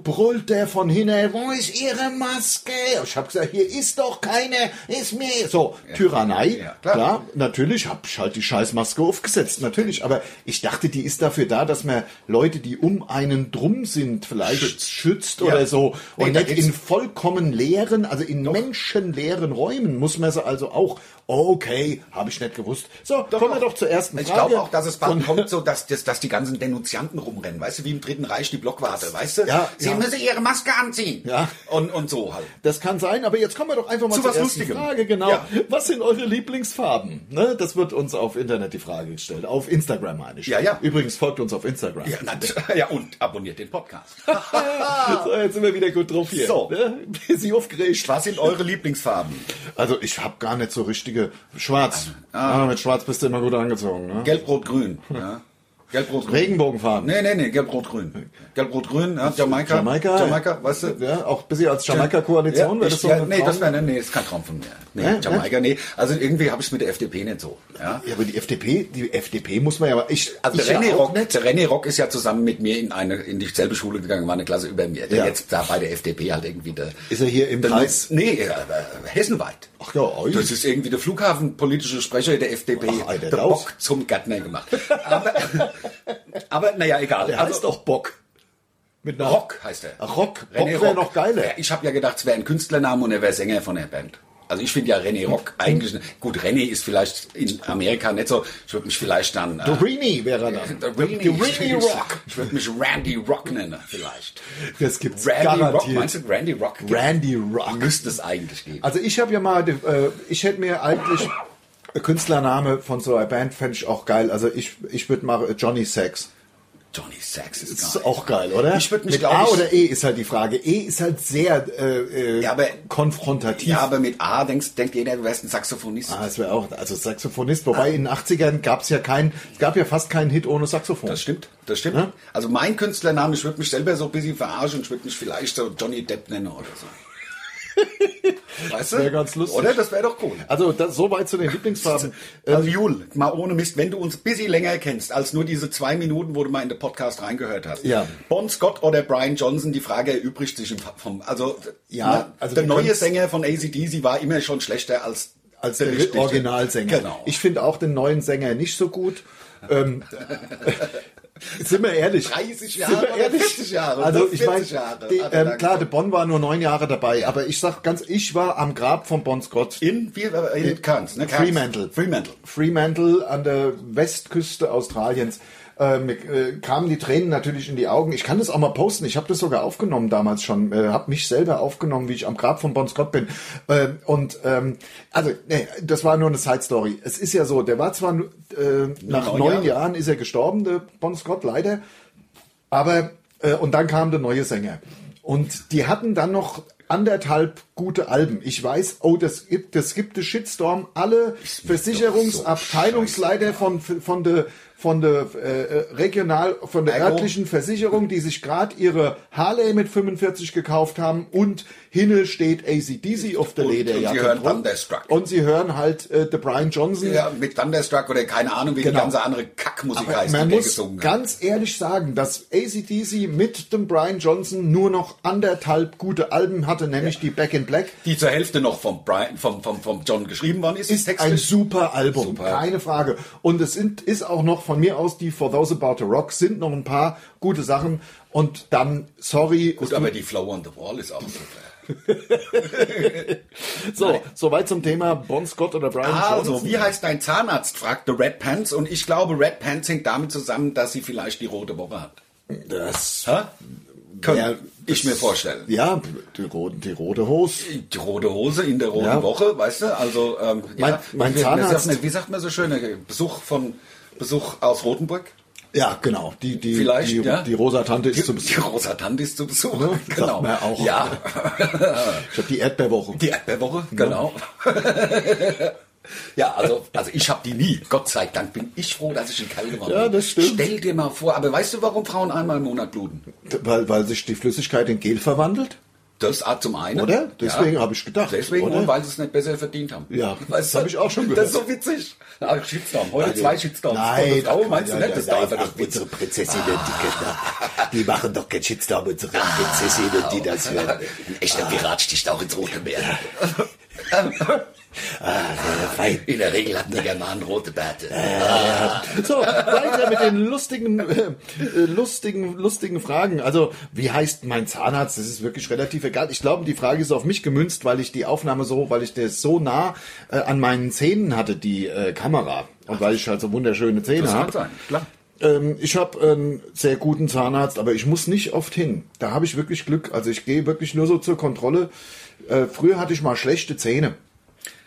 Speaker 1: brüllt der von hinten, wo ist ihre Maske? Ich hab gesagt, hier ist doch keine, ist mir, so, Tyrannei,
Speaker 2: Ja,
Speaker 1: klar.
Speaker 2: klar.
Speaker 1: natürlich hab ich halt die Scheißmaske aufgesetzt, natürlich, aber ich dachte, die ist dafür da, dass man Leute, die um einen drum sind, vielleicht schützt,
Speaker 2: Schützt.
Speaker 1: oder
Speaker 2: Ja.
Speaker 1: so
Speaker 2: Nee,
Speaker 1: und
Speaker 2: da
Speaker 1: nicht
Speaker 2: geht's-
Speaker 1: in vollkommen leeren, also in menschenleeren Räumen muss man sie also auch, okay, habe ich nicht gewusst. So, kommen wir doch zur ersten Frage.
Speaker 2: Ich glaube auch, dass es bald
Speaker 1: Von-
Speaker 2: kommt, so dass, dass, dass die ganzen Denunzianten rumrennen, weißt du, wie im Dritten Reich die Blockwarte, weißt du?
Speaker 1: Ja,
Speaker 2: Sie
Speaker 1: ja.
Speaker 2: müssen ihre Maske anziehen.
Speaker 1: Ja.
Speaker 2: Und, und so halt.
Speaker 1: Das kann sein, aber jetzt kommen wir doch einfach mal
Speaker 2: Zu
Speaker 1: zur
Speaker 2: was
Speaker 1: ersten
Speaker 2: Lustigem.
Speaker 1: Frage. Genau.
Speaker 2: Ja.
Speaker 1: Was sind eure Lieblingsfarben? Ne? Das wird uns auf Internet die Frage gestellt. Auf Instagram meine ich.
Speaker 2: Ja, ja.
Speaker 1: Übrigens folgt uns auf Instagram.
Speaker 2: Ja, na, ja, und abonniert den Podcast.
Speaker 1: So, jetzt sind wir wieder gut drauf hier.
Speaker 2: So.
Speaker 1: Ne? Sie aufgeregt.
Speaker 2: Was sind eure Lieblingsfarben?
Speaker 1: Also ich habe gar nicht so richtige Schwarz. Ah. mit Schwarz bist du immer gut angezogen. Ne?
Speaker 2: Gelb, Rot, Grün. Ja. Gelb, Rot, Grün.
Speaker 1: Regenbogenfarben.
Speaker 2: Ah, Nee, nee, nee, Gelb, Rot, Grün. Gelb, Rot, Grün, ja, Jamaika.
Speaker 1: Jamaika.
Speaker 2: Jamaika, weißt du?
Speaker 1: Ja, auch bis als Jamaika-Koalition.
Speaker 2: ja,
Speaker 1: wäre
Speaker 2: ich,
Speaker 1: so
Speaker 2: ja,
Speaker 1: eine
Speaker 2: nee,
Speaker 1: Traum-
Speaker 2: das wäre, nee, ist kein Traum von mir. Nee,
Speaker 1: Ja,
Speaker 2: Jamaika, nee. Also irgendwie habe ich mit der FDP nicht so. Ja.
Speaker 1: ja, aber die FDP, die FDP muss man ja... aber Ich,
Speaker 2: Also
Speaker 1: ich
Speaker 2: der René,
Speaker 1: ja auch
Speaker 2: Rock, der René Rock ist ja zusammen mit mir in eine in dieselbe Schule gegangen, war eine Klasse über mir. Der
Speaker 1: Ja.
Speaker 2: jetzt da bei der FDP halt irgendwie der.
Speaker 1: Ist er hier im
Speaker 2: der,
Speaker 1: Kreis?
Speaker 2: Nee, äh, äh, hessenweit.
Speaker 1: Ach ja, oi.
Speaker 2: Das ist irgendwie der flughafenpolitische Sprecher der FDP,
Speaker 1: Ach, Alter,
Speaker 2: der
Speaker 1: Lauf.
Speaker 2: Bock zum Gärtner gemacht. Aber, aber naja, egal. Also,
Speaker 1: Der heißt doch Bock. Also Mit einer
Speaker 2: Rock heißt er.
Speaker 1: Ach, Rock. Bock
Speaker 2: René
Speaker 1: wäre
Speaker 2: Rock.
Speaker 1: noch geiler.
Speaker 2: Ja, ich habe ja gedacht, es wäre ein Künstlername und er wäre Sänger von der Band. Also ich finde ja René
Speaker 1: Hm.
Speaker 2: Rock eigentlich, ne- gut, René ist vielleicht in Amerika nicht so, ich würde mich vielleicht dann... äh,
Speaker 1: Rini wäre er dann.
Speaker 2: der Rini,
Speaker 1: Rini Rock.
Speaker 2: Ich würde mich Randy Rock nennen, vielleicht.
Speaker 1: Das gibt's
Speaker 2: Randy Rock, meinst
Speaker 1: garantiert.
Speaker 2: du Randy Rock?
Speaker 1: Randy Rock.
Speaker 2: Müsste es eigentlich geben.
Speaker 1: Also ich habe ja mal, äh, ich hätte mir eigentlich ein Künstlername von so einer Band fände ich auch geil. Also ich, ich würde mal äh, Johnny Sacks.
Speaker 2: Johnny Sacks ist,
Speaker 1: Ist
Speaker 2: geil.
Speaker 1: auch geil, oder?
Speaker 2: Ich würd mich,
Speaker 1: Mit
Speaker 2: glaub
Speaker 1: A
Speaker 2: ich-
Speaker 1: oder E ist halt die Frage. E ist halt sehr äh, äh,
Speaker 2: Ja, aber-
Speaker 1: konfrontativ.
Speaker 2: Ja, aber mit A denkst, denkt jeder, du wärst ein Saxophonist.
Speaker 1: Ah, das wäre auch, also Saxophonist,
Speaker 2: Ah.
Speaker 1: wobei in den 80ern gab's ja keinen, es gab ja fast keinen Hit ohne Saxophon.
Speaker 2: Das stimmt, das stimmt.
Speaker 1: Ja?
Speaker 2: Also mein Künstlername, ich würde mich selber so ein bisschen verarschen, ich würde mich vielleicht so Johnny Depp nennen oder so. Weißt du?
Speaker 1: wär ganz lustig. Ähm,
Speaker 2: Oder? Das wäre doch cool.
Speaker 1: Also das, soweit zu den Lieblingsfarben.
Speaker 2: Also Jul, mal ohne Mist, wenn du uns ein bisschen länger kennst, als nur diese zwei Minuten, wo du mal in den Podcast reingehört hast.
Speaker 1: Ja.
Speaker 2: Bon Scott oder Brian Johnson, die Frage erübrigt sich im, Fa- vom, also,
Speaker 1: Ja,
Speaker 2: ne,
Speaker 1: also
Speaker 2: der
Speaker 1: wir
Speaker 2: neue
Speaker 1: können's-
Speaker 2: Sänger von ACDC war immer schon schlechter als,
Speaker 1: als der
Speaker 2: richtige.
Speaker 1: Originalsänger.
Speaker 2: Genau.
Speaker 1: Ich finde auch den neuen Sänger nicht so gut. Ähm, sind wir ehrlich?
Speaker 2: 30
Speaker 1: Sind
Speaker 2: Jahre
Speaker 1: wir
Speaker 2: oder
Speaker 1: ehrlich?
Speaker 2: 40 Jahre?
Speaker 1: Also
Speaker 2: Oder
Speaker 1: ich meine,
Speaker 2: 40 Jahre
Speaker 1: die-
Speaker 2: hat er
Speaker 1: ähm,
Speaker 2: da
Speaker 1: klar,
Speaker 2: gespielt.
Speaker 1: der Bonn war nur neun Jahre dabei, aber ich sag ganz, ich war am Grab von Bon Scott.
Speaker 2: in, wie, äh, in Kerns, ne? Kerns.
Speaker 1: Fremantle.
Speaker 2: Fremantle.
Speaker 1: Fremantle an der Westküste Australiens. Äh, mir äh, kamen die Tränen natürlich in die Augen. Ich kann das auch mal posten. Ich habe das sogar aufgenommen damals schon. Äh, habe mich selber aufgenommen, wie ich am Grab von Bon Scott bin. Äh, und ähm, also, nee, das war nur eine Side Story. Es ist ja so, der war zwar nu- äh, nach
Speaker 2: neun
Speaker 1: neun
Speaker 2: Jahre.
Speaker 1: Jahren ist er gestorben, der Bon Scott leider. Aber äh, und dann kam der neue Sänger. Und die hatten dann noch anderthalb gute Alben. Ich weiß, oh, das gibt, das gibt den Shitstorm. Alle Versicherungsabteilungsleiter von von der von der äh, regional von der
Speaker 2: Ergo.
Speaker 1: örtlichen Versicherung, die sich gerade ihre Harley mit 45 gekauft haben und hinne steht ACDC auf der
Speaker 2: Und- und sie
Speaker 1: Lederjacke.
Speaker 2: hören
Speaker 1: drum.
Speaker 2: Thunderstruck.
Speaker 1: Und sie hören halt äh, The Brian Johnson
Speaker 2: Ja, mit Thunderstruck oder keine Ahnung, wie
Speaker 1: Genau.
Speaker 2: die ganze andere kack Rockmusikleistung,
Speaker 1: man
Speaker 2: der
Speaker 1: muss
Speaker 2: gesungen hat.
Speaker 1: ganz ehrlich sagen, dass ACDC mit dem Brian Johnson nur noch anderthalb gute Alben hatte, nämlich die Back in Black.
Speaker 2: Die zur Hälfte noch vom, Brian, vom, vom, vom John geschrieben worden ist.
Speaker 1: Ist ein
Speaker 2: textlich.
Speaker 1: super Album,
Speaker 2: Super.
Speaker 1: keine Frage. Und es sind, ist auch noch von mir aus die For Those About to Rock sind noch ein paar gute Sachen. Und dann, sorry,
Speaker 2: Gut, aber die Flow on the Wall ist auch super.
Speaker 1: so, soweit zum Thema Bon Scott oder Brian Johnson.
Speaker 2: Also, wie heißt dein Zahnarzt? fragte Red Pants. Und ich glaube, Red Pants hängt damit zusammen, dass sie vielleicht die rote Woche hat.
Speaker 1: Das
Speaker 2: Hä? Könnte
Speaker 1: Ja,
Speaker 2: ich mir vorstellen.
Speaker 1: Ja, die, roten- die rote Hose.
Speaker 2: Die rote Hose in der roten
Speaker 1: Ja.
Speaker 2: Woche, weißt du? Also, ähm,
Speaker 1: Mein-
Speaker 2: ja,
Speaker 1: mein
Speaker 2: wie, wie, sagt
Speaker 1: Zahnarzt-
Speaker 2: man, wie sagt man so schön? Besuch von Besuch aus Rotenburg?
Speaker 1: Ja, genau. Die, die,
Speaker 2: Vielleicht,
Speaker 1: die,
Speaker 2: ja.
Speaker 1: die rosa Tante ist zu
Speaker 2: Die
Speaker 1: Besuch.
Speaker 2: rosa Tante ist zu Besuch.
Speaker 1: sagt man auch.
Speaker 2: Ja,
Speaker 1: Ich habe die Erdbeerwoche.
Speaker 2: die Erdbeerwoche, genau. Ja, also, also ich habe die nie. Gott sei Dank bin ich froh, dass ich in Köln war.
Speaker 1: Ja, das stimmt.
Speaker 2: Stell dir mal vor, aber weißt du, warum Frauen einmal im Monat bluten?
Speaker 1: Weil, weil sich die Flüssigkeit in Gel verwandelt?
Speaker 2: Das A zum einen.
Speaker 1: Oder? Deswegen
Speaker 2: Ja.
Speaker 1: habe ich gedacht,
Speaker 2: Deswegen
Speaker 1: oder?
Speaker 2: und weil sie es nicht besser verdient haben.
Speaker 1: Ja, das
Speaker 2: du?
Speaker 1: habe ich auch schon
Speaker 2: Das ist
Speaker 1: gehört.
Speaker 2: so witzig. Ah, Shitstorm. Heute
Speaker 1: Nein,
Speaker 2: zwei Shitstorms.
Speaker 1: Nein,
Speaker 2: Oh, meinst du
Speaker 1: nein,
Speaker 2: nicht? Das
Speaker 1: nein,
Speaker 2: darf er
Speaker 1: nein,
Speaker 2: doch nicht.
Speaker 3: Unsere Prinzessin, die, die machen doch keinen Shitstorm, unsere Prinzessin, die das hören.
Speaker 1: Äh,
Speaker 2: Ein echter Pirat sticht auch ins rote Meer.
Speaker 3: Fein.
Speaker 2: In der Regel hatten die Germanen rote Bärte.
Speaker 1: So, weiter mit den lustigen, äh, äh, lustigen, lustigen Fragen. Also, wie heißt mein Zahnarzt? Das ist wirklich relativ egal. Ich glaube, die Frage ist auf mich gemünzt, weil ich die Aufnahme so, weil ich das so nah äh, an meinen Zähnen hatte, die äh, Kamera. Und weil ich halt so wunderschöne Zähne
Speaker 2: Das kann
Speaker 1: habe.
Speaker 2: sein, klar.
Speaker 1: Ähm, ich habe einen sehr guten Zahnarzt, aber ich muss nicht oft hin. Da habe ich wirklich Glück. Also ich gehe wirklich nur so zur Kontrolle. Äh, früher hatte ich mal schlechte Zähne.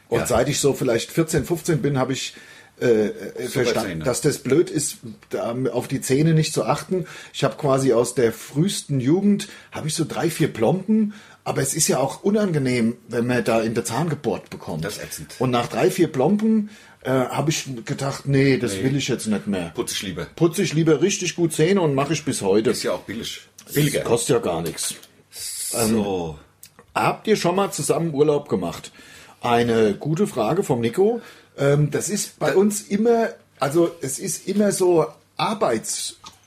Speaker 1: Und
Speaker 2: Ja.
Speaker 1: seit ich so vielleicht 14, 15 bin, habe ich äh, äh, verstanden,
Speaker 2: Zähne.
Speaker 1: dass das blöd ist, da auf die Zähne nicht zu achten. Ich habe quasi aus der frühesten Jugend, habe ich so drei, vier Plomben. Aber es ist ja auch unangenehm, wenn man da in der Zahn gebohrt bekommt.
Speaker 2: Das ist ätzend.
Speaker 1: Und nach drei, vier Plomben äh, habe ich gedacht, nee, das will ich jetzt nicht mehr
Speaker 2: Putze ich lieber.
Speaker 1: putze ich lieber richtig gut Zähne und mache ich bis heute.
Speaker 2: Ist ja auch billig.
Speaker 1: Das kostet ja gar nichts. Also-
Speaker 2: So.
Speaker 1: Habt ihr schon mal zusammen Urlaub gemacht? Eine gute Frage vom Nico. Ähm, das ist bei uns immer, also es ist immer so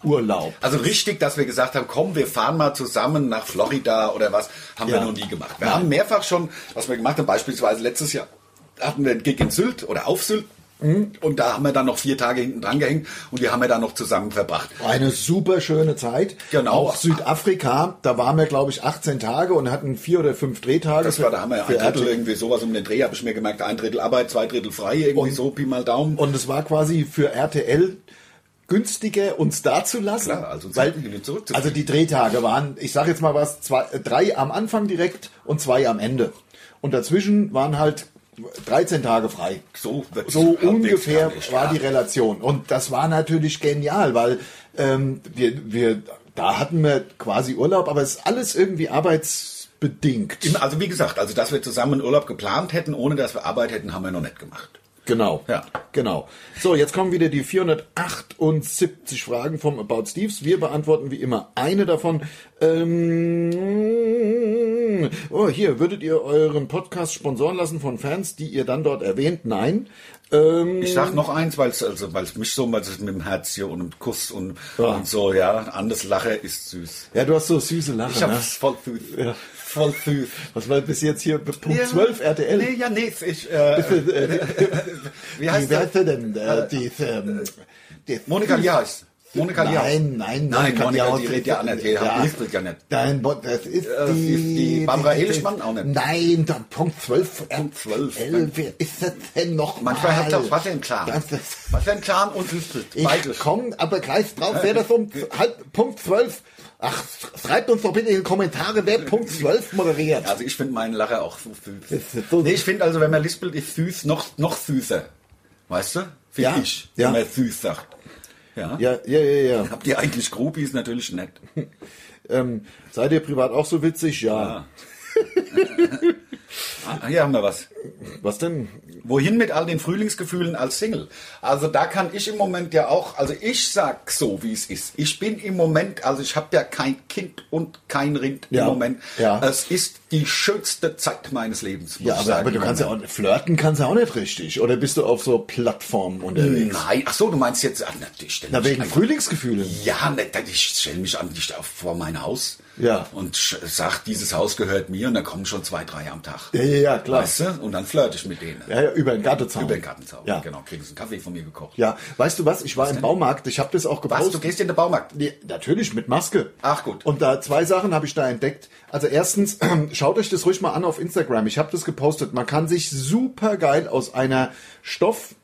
Speaker 1: Arbeitsurlaub.
Speaker 2: Also richtig, dass wir gesagt haben, komm, wir fahren mal zusammen nach Florida oder was, haben
Speaker 1: Ja.
Speaker 2: wir noch nie gemacht. Wir haben mehrfach schon, was wir gemacht haben, beispielsweise letztes Jahr hatten wir einen Gig in Sylt oder auf Sylt.
Speaker 1: Mhm.
Speaker 2: Und da haben wir dann noch vier Tage hinten dran gehängt und die haben wir dann noch zusammen verbracht.
Speaker 1: Eine super schöne Zeit.
Speaker 2: Genau.
Speaker 1: Auch Südafrika, da waren wir, glaube ich, 18 Tage und hatten vier oder fünf Drehtage.
Speaker 2: Das war der Hammer. Ein
Speaker 1: für
Speaker 2: Drittel
Speaker 1: RTL.
Speaker 2: irgendwie sowas um den Dreh, habe ich mir gemerkt. Ein Drittel Arbeit, zwei Drittel frei, irgendwie so Pi mal Daumen.
Speaker 1: Und es war quasi für RTL günstiger, uns da zu lassen.
Speaker 2: Klar, also uns
Speaker 1: weil,
Speaker 2: wieder zurückzufliegen.
Speaker 1: also die Drehtage waren, ich sage jetzt mal was, zwei, äh, drei am Anfang direkt und zwei am Ende. Und dazwischen waren halt 13 Tage frei.
Speaker 2: So wird's
Speaker 1: so
Speaker 2: halbwegs
Speaker 1: ungefähr
Speaker 2: fertig,
Speaker 1: war
Speaker 2: ja.
Speaker 1: die Relation. Und das war natürlich genial, weil ähm, wir, wir, da hatten wir quasi Urlaub, aber es ist alles irgendwie arbeitsbedingt.
Speaker 2: Im- Also wie gesagt, also dass wir zusammen einen Urlaub geplant hätten, ohne dass wir Arbeit hätten, haben wir noch nicht gemacht.
Speaker 1: Genau.
Speaker 2: Ja.
Speaker 1: Genau. So, jetzt kommen wieder die 478 Fragen vom About Steves. Wir beantworten wie immer eine davon. Ähm, oh, hier, würdet ihr euren Podcast sponsoren lassen von Fans, die ihr dann dort erwähnt? Nein. Ähm,
Speaker 2: Ich sag noch eins, weil es also, weil's mich so weil es mit dem Herz hier und dem Kuss und, und so, ja, anders Lache ist süß.
Speaker 1: ja, du hast so süße Lache.
Speaker 2: Ich
Speaker 1: ne?
Speaker 2: hab's voll süß. Voll süß.
Speaker 1: Was war bis jetzt hier
Speaker 2: Um
Speaker 1: Punkt 12 RTL?
Speaker 2: Nee, ja, nee, ich, äh, wie heißt
Speaker 1: die, wer
Speaker 2: der?
Speaker 1: hat denn, äh, die, ähm, die
Speaker 2: Monika Lias. Monika Lias.
Speaker 1: Nein, nein,
Speaker 2: Nein,
Speaker 1: kann
Speaker 2: Monika,
Speaker 1: auch-
Speaker 2: die redet ja anders. Die hilft uns ja nicht.
Speaker 1: Nein, Bo- das ist
Speaker 2: das
Speaker 1: die,
Speaker 2: ist die Barbara Elischmann auch nicht.
Speaker 1: Nein, dann Punkt 12.
Speaker 2: Punkt 12,
Speaker 1: RTL,
Speaker 2: dann-
Speaker 1: wer ist das denn noch?
Speaker 2: Manchmal
Speaker 1: mal?
Speaker 2: hat er auch Wasser im Clan.
Speaker 1: Das ist-
Speaker 2: Wasser im Clan und Hüstet.
Speaker 1: Ich komme aber gleich drauf, wer das um halb, Punkt 12. Ach, schreibt uns doch bitte in die Kommentare, wer Punkt 12 moderiert.
Speaker 2: Also ich finde meinen Lacher auch so süß.
Speaker 1: Das ist so-
Speaker 2: nee, ich finde also, wenn man lispelt, ist süß noch, noch süßer. Weißt du? Finde
Speaker 1: Ja,
Speaker 2: ich.
Speaker 1: ja.
Speaker 2: Wenn man süß sagt. Ja.
Speaker 1: Ja, ja, ja, ja.
Speaker 2: Habt ihr eigentlich Groupies? Natürlich nicht.
Speaker 1: Ähm, seid ihr privat auch so witzig? Ja.
Speaker 2: Ah, Hier haben wir was.
Speaker 1: Was denn?
Speaker 2: Wohin mit all den Frühlingsgefühlen als Single? Also da kann ich im Moment ja auch, also ich sag so, wie es ist. Ich bin im Moment, also ich habe ja kein Kind und kein Rind
Speaker 1: Ja,
Speaker 2: im Moment.
Speaker 1: ja.
Speaker 2: Es ist die schönste Zeit meines Lebens. muss
Speaker 1: Ja,
Speaker 2: ich
Speaker 1: aber,
Speaker 2: sagen,
Speaker 1: aber du
Speaker 2: im
Speaker 1: kannst ja auch flirten kannst ja auch nicht richtig. Oder bist du auf so Plattformen unterwegs?
Speaker 2: Nein, ach so, du meinst jetzt, ach, natürlich stell
Speaker 1: Na,
Speaker 2: mich
Speaker 1: wegen
Speaker 2: einfach-
Speaker 1: Frühlingsgefühlen.
Speaker 2: Ja, ne, da- ich stelle mich an, ich auf vor mein Haus.
Speaker 1: Ja.
Speaker 2: Und sch- sag, dieses Haus gehört mir und dann kommen schon zwei, drei am Tag.
Speaker 1: Ja, ja, ja, klar.
Speaker 2: Weißt du? Und dann flirte ich mit denen.
Speaker 1: Ja, ja, über den Gartenzaun.
Speaker 2: Über den Gartenzaun.
Speaker 1: Ja.
Speaker 2: Genau, kriegen sie einen Kaffee von mir gekocht.
Speaker 1: Ja, weißt du was? Ich war im Baumarkt, ich habe das auch gepostet.
Speaker 2: Was, du gehst in den Baumarkt?
Speaker 1: Nee, natürlich, mit Maske.
Speaker 2: Ach, gut.
Speaker 1: Und da zwei Sachen habe ich da entdeckt. Also erstens, schaut euch das ruhig mal an auf Instagram. Ich habe das gepostet. Man kann sich super geil aus einer Stoff,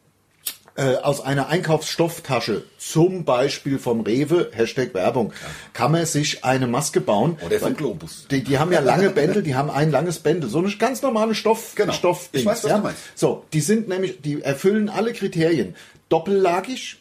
Speaker 1: äh, aus einer Einkaufsstofftasche, zum Beispiel vom Rewe, Hashtag Werbung, kann man sich eine Maske bauen.
Speaker 2: Oder vom Globus.
Speaker 1: Die, die haben ja lange Bändel, die haben ein langes Bändel. So eine ganz normale Stoff,
Speaker 2: Genau.
Speaker 1: Stoffdings,
Speaker 2: Ich weiß, was
Speaker 1: ja?
Speaker 2: du meinst.
Speaker 1: So, die sind nämlich, die erfüllen alle Kriterien. Doppellagig,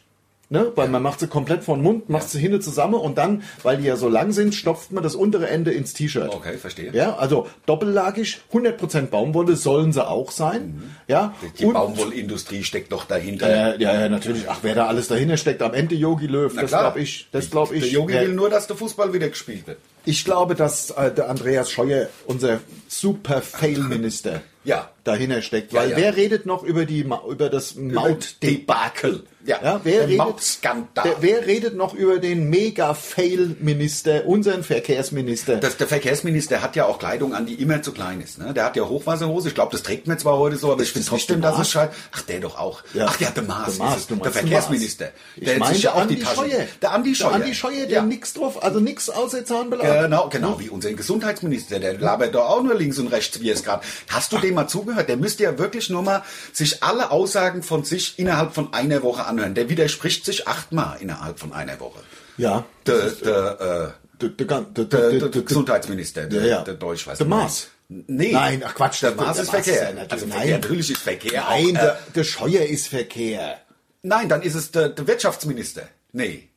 Speaker 1: ne? weil man macht sie komplett von Mund, macht sie hinne zusammen und dann, weil die ja so lang sind, stopft man das untere Ende ins T-Shirt.
Speaker 2: Okay, verstehe.
Speaker 1: Ja, also doppellagig, 100% Baumwolle sollen sie auch sein. Ja,
Speaker 2: Mhm. Die Baumwollindustrie steckt doch dahinter.
Speaker 1: äh, ja, ja, natürlich. Ach, wer da alles dahinter steckt, am Ende Yogi Löw, das
Speaker 2: klar.
Speaker 1: glaube ich. Das glaube ich. äh,
Speaker 2: Der Yogi
Speaker 1: Ja.
Speaker 2: will nur, dass der Fußball wieder gespielt wird.
Speaker 1: Ich glaube, dass äh, der Andreas Scheuer, unser super Fail-Minister,
Speaker 2: Ja.
Speaker 1: dahinter steckt.
Speaker 2: Ja,
Speaker 1: Weil
Speaker 2: ja.
Speaker 1: wer redet noch über, die, Ma- über das Mautdebakel?
Speaker 2: Debakel. Ja,
Speaker 1: Ja, wer,
Speaker 2: der
Speaker 1: redet,
Speaker 2: Mautskandal.
Speaker 1: der, wer redet noch über den Mega-Fail-Minister, unseren Verkehrsminister?
Speaker 2: Das, der Verkehrsminister hat ja auch Kleidung an, die immer zu klein ist. Ne? Der hat ja Hochwasserhose. Ich glaube, das trägt man zwar heute so, aber ich finde
Speaker 1: das nicht
Speaker 2: trotzdem,
Speaker 1: der
Speaker 2: dass es
Speaker 1: Maas?
Speaker 2: scheiße. Ach, der doch auch.
Speaker 1: Ja.
Speaker 2: Ach ja, der Maas.
Speaker 1: Der Maas,
Speaker 2: ist es.
Speaker 1: du meinst
Speaker 2: der
Speaker 1: den
Speaker 2: Verkeinzminister.
Speaker 1: ich meine,
Speaker 2: sich ja
Speaker 1: der Andi Scheuer.
Speaker 2: Der Andi Scheuer.
Speaker 1: Der Andi Scheuer, der
Speaker 2: ja.
Speaker 1: nix drauf, also nix außer Zahnbelag.
Speaker 2: Genau, genau, wie unser Gesundheitsminister, der labert doch auch nur links und rechts, wie es gerade. Hast du dem mal zugehört? Der müsste ja wirklich nur mal sich alle Aussagen von sich innerhalb von einer Woche anhören. Der widerspricht sich achtmal innerhalb von einer Woche.
Speaker 1: Ja.
Speaker 2: Der, der, äh,
Speaker 1: Der- der gan- der-
Speaker 2: der,
Speaker 1: der-
Speaker 2: der,
Speaker 1: der-
Speaker 2: Gesundheitsminister, der,
Speaker 1: Ja, ja.
Speaker 2: der Deutsch, weiß
Speaker 1: Der
Speaker 2: ich
Speaker 1: Maas.
Speaker 2: nicht. Nee.
Speaker 1: Nein, ach Quatsch,
Speaker 2: der
Speaker 1: das wird-
Speaker 2: Maas
Speaker 1: der
Speaker 2: ist
Speaker 1: Maas ist ja
Speaker 2: Verkehr.
Speaker 1: natürlich-
Speaker 2: also
Speaker 1: Nein.
Speaker 2: Verkehr, natürlich ist Verkehr
Speaker 1: Nein,
Speaker 2: auch.
Speaker 1: der,
Speaker 2: äh,
Speaker 1: der Scheuer ist Verkehr.
Speaker 2: nein, dann ist es der, der Wirtschaftsminister. Nee.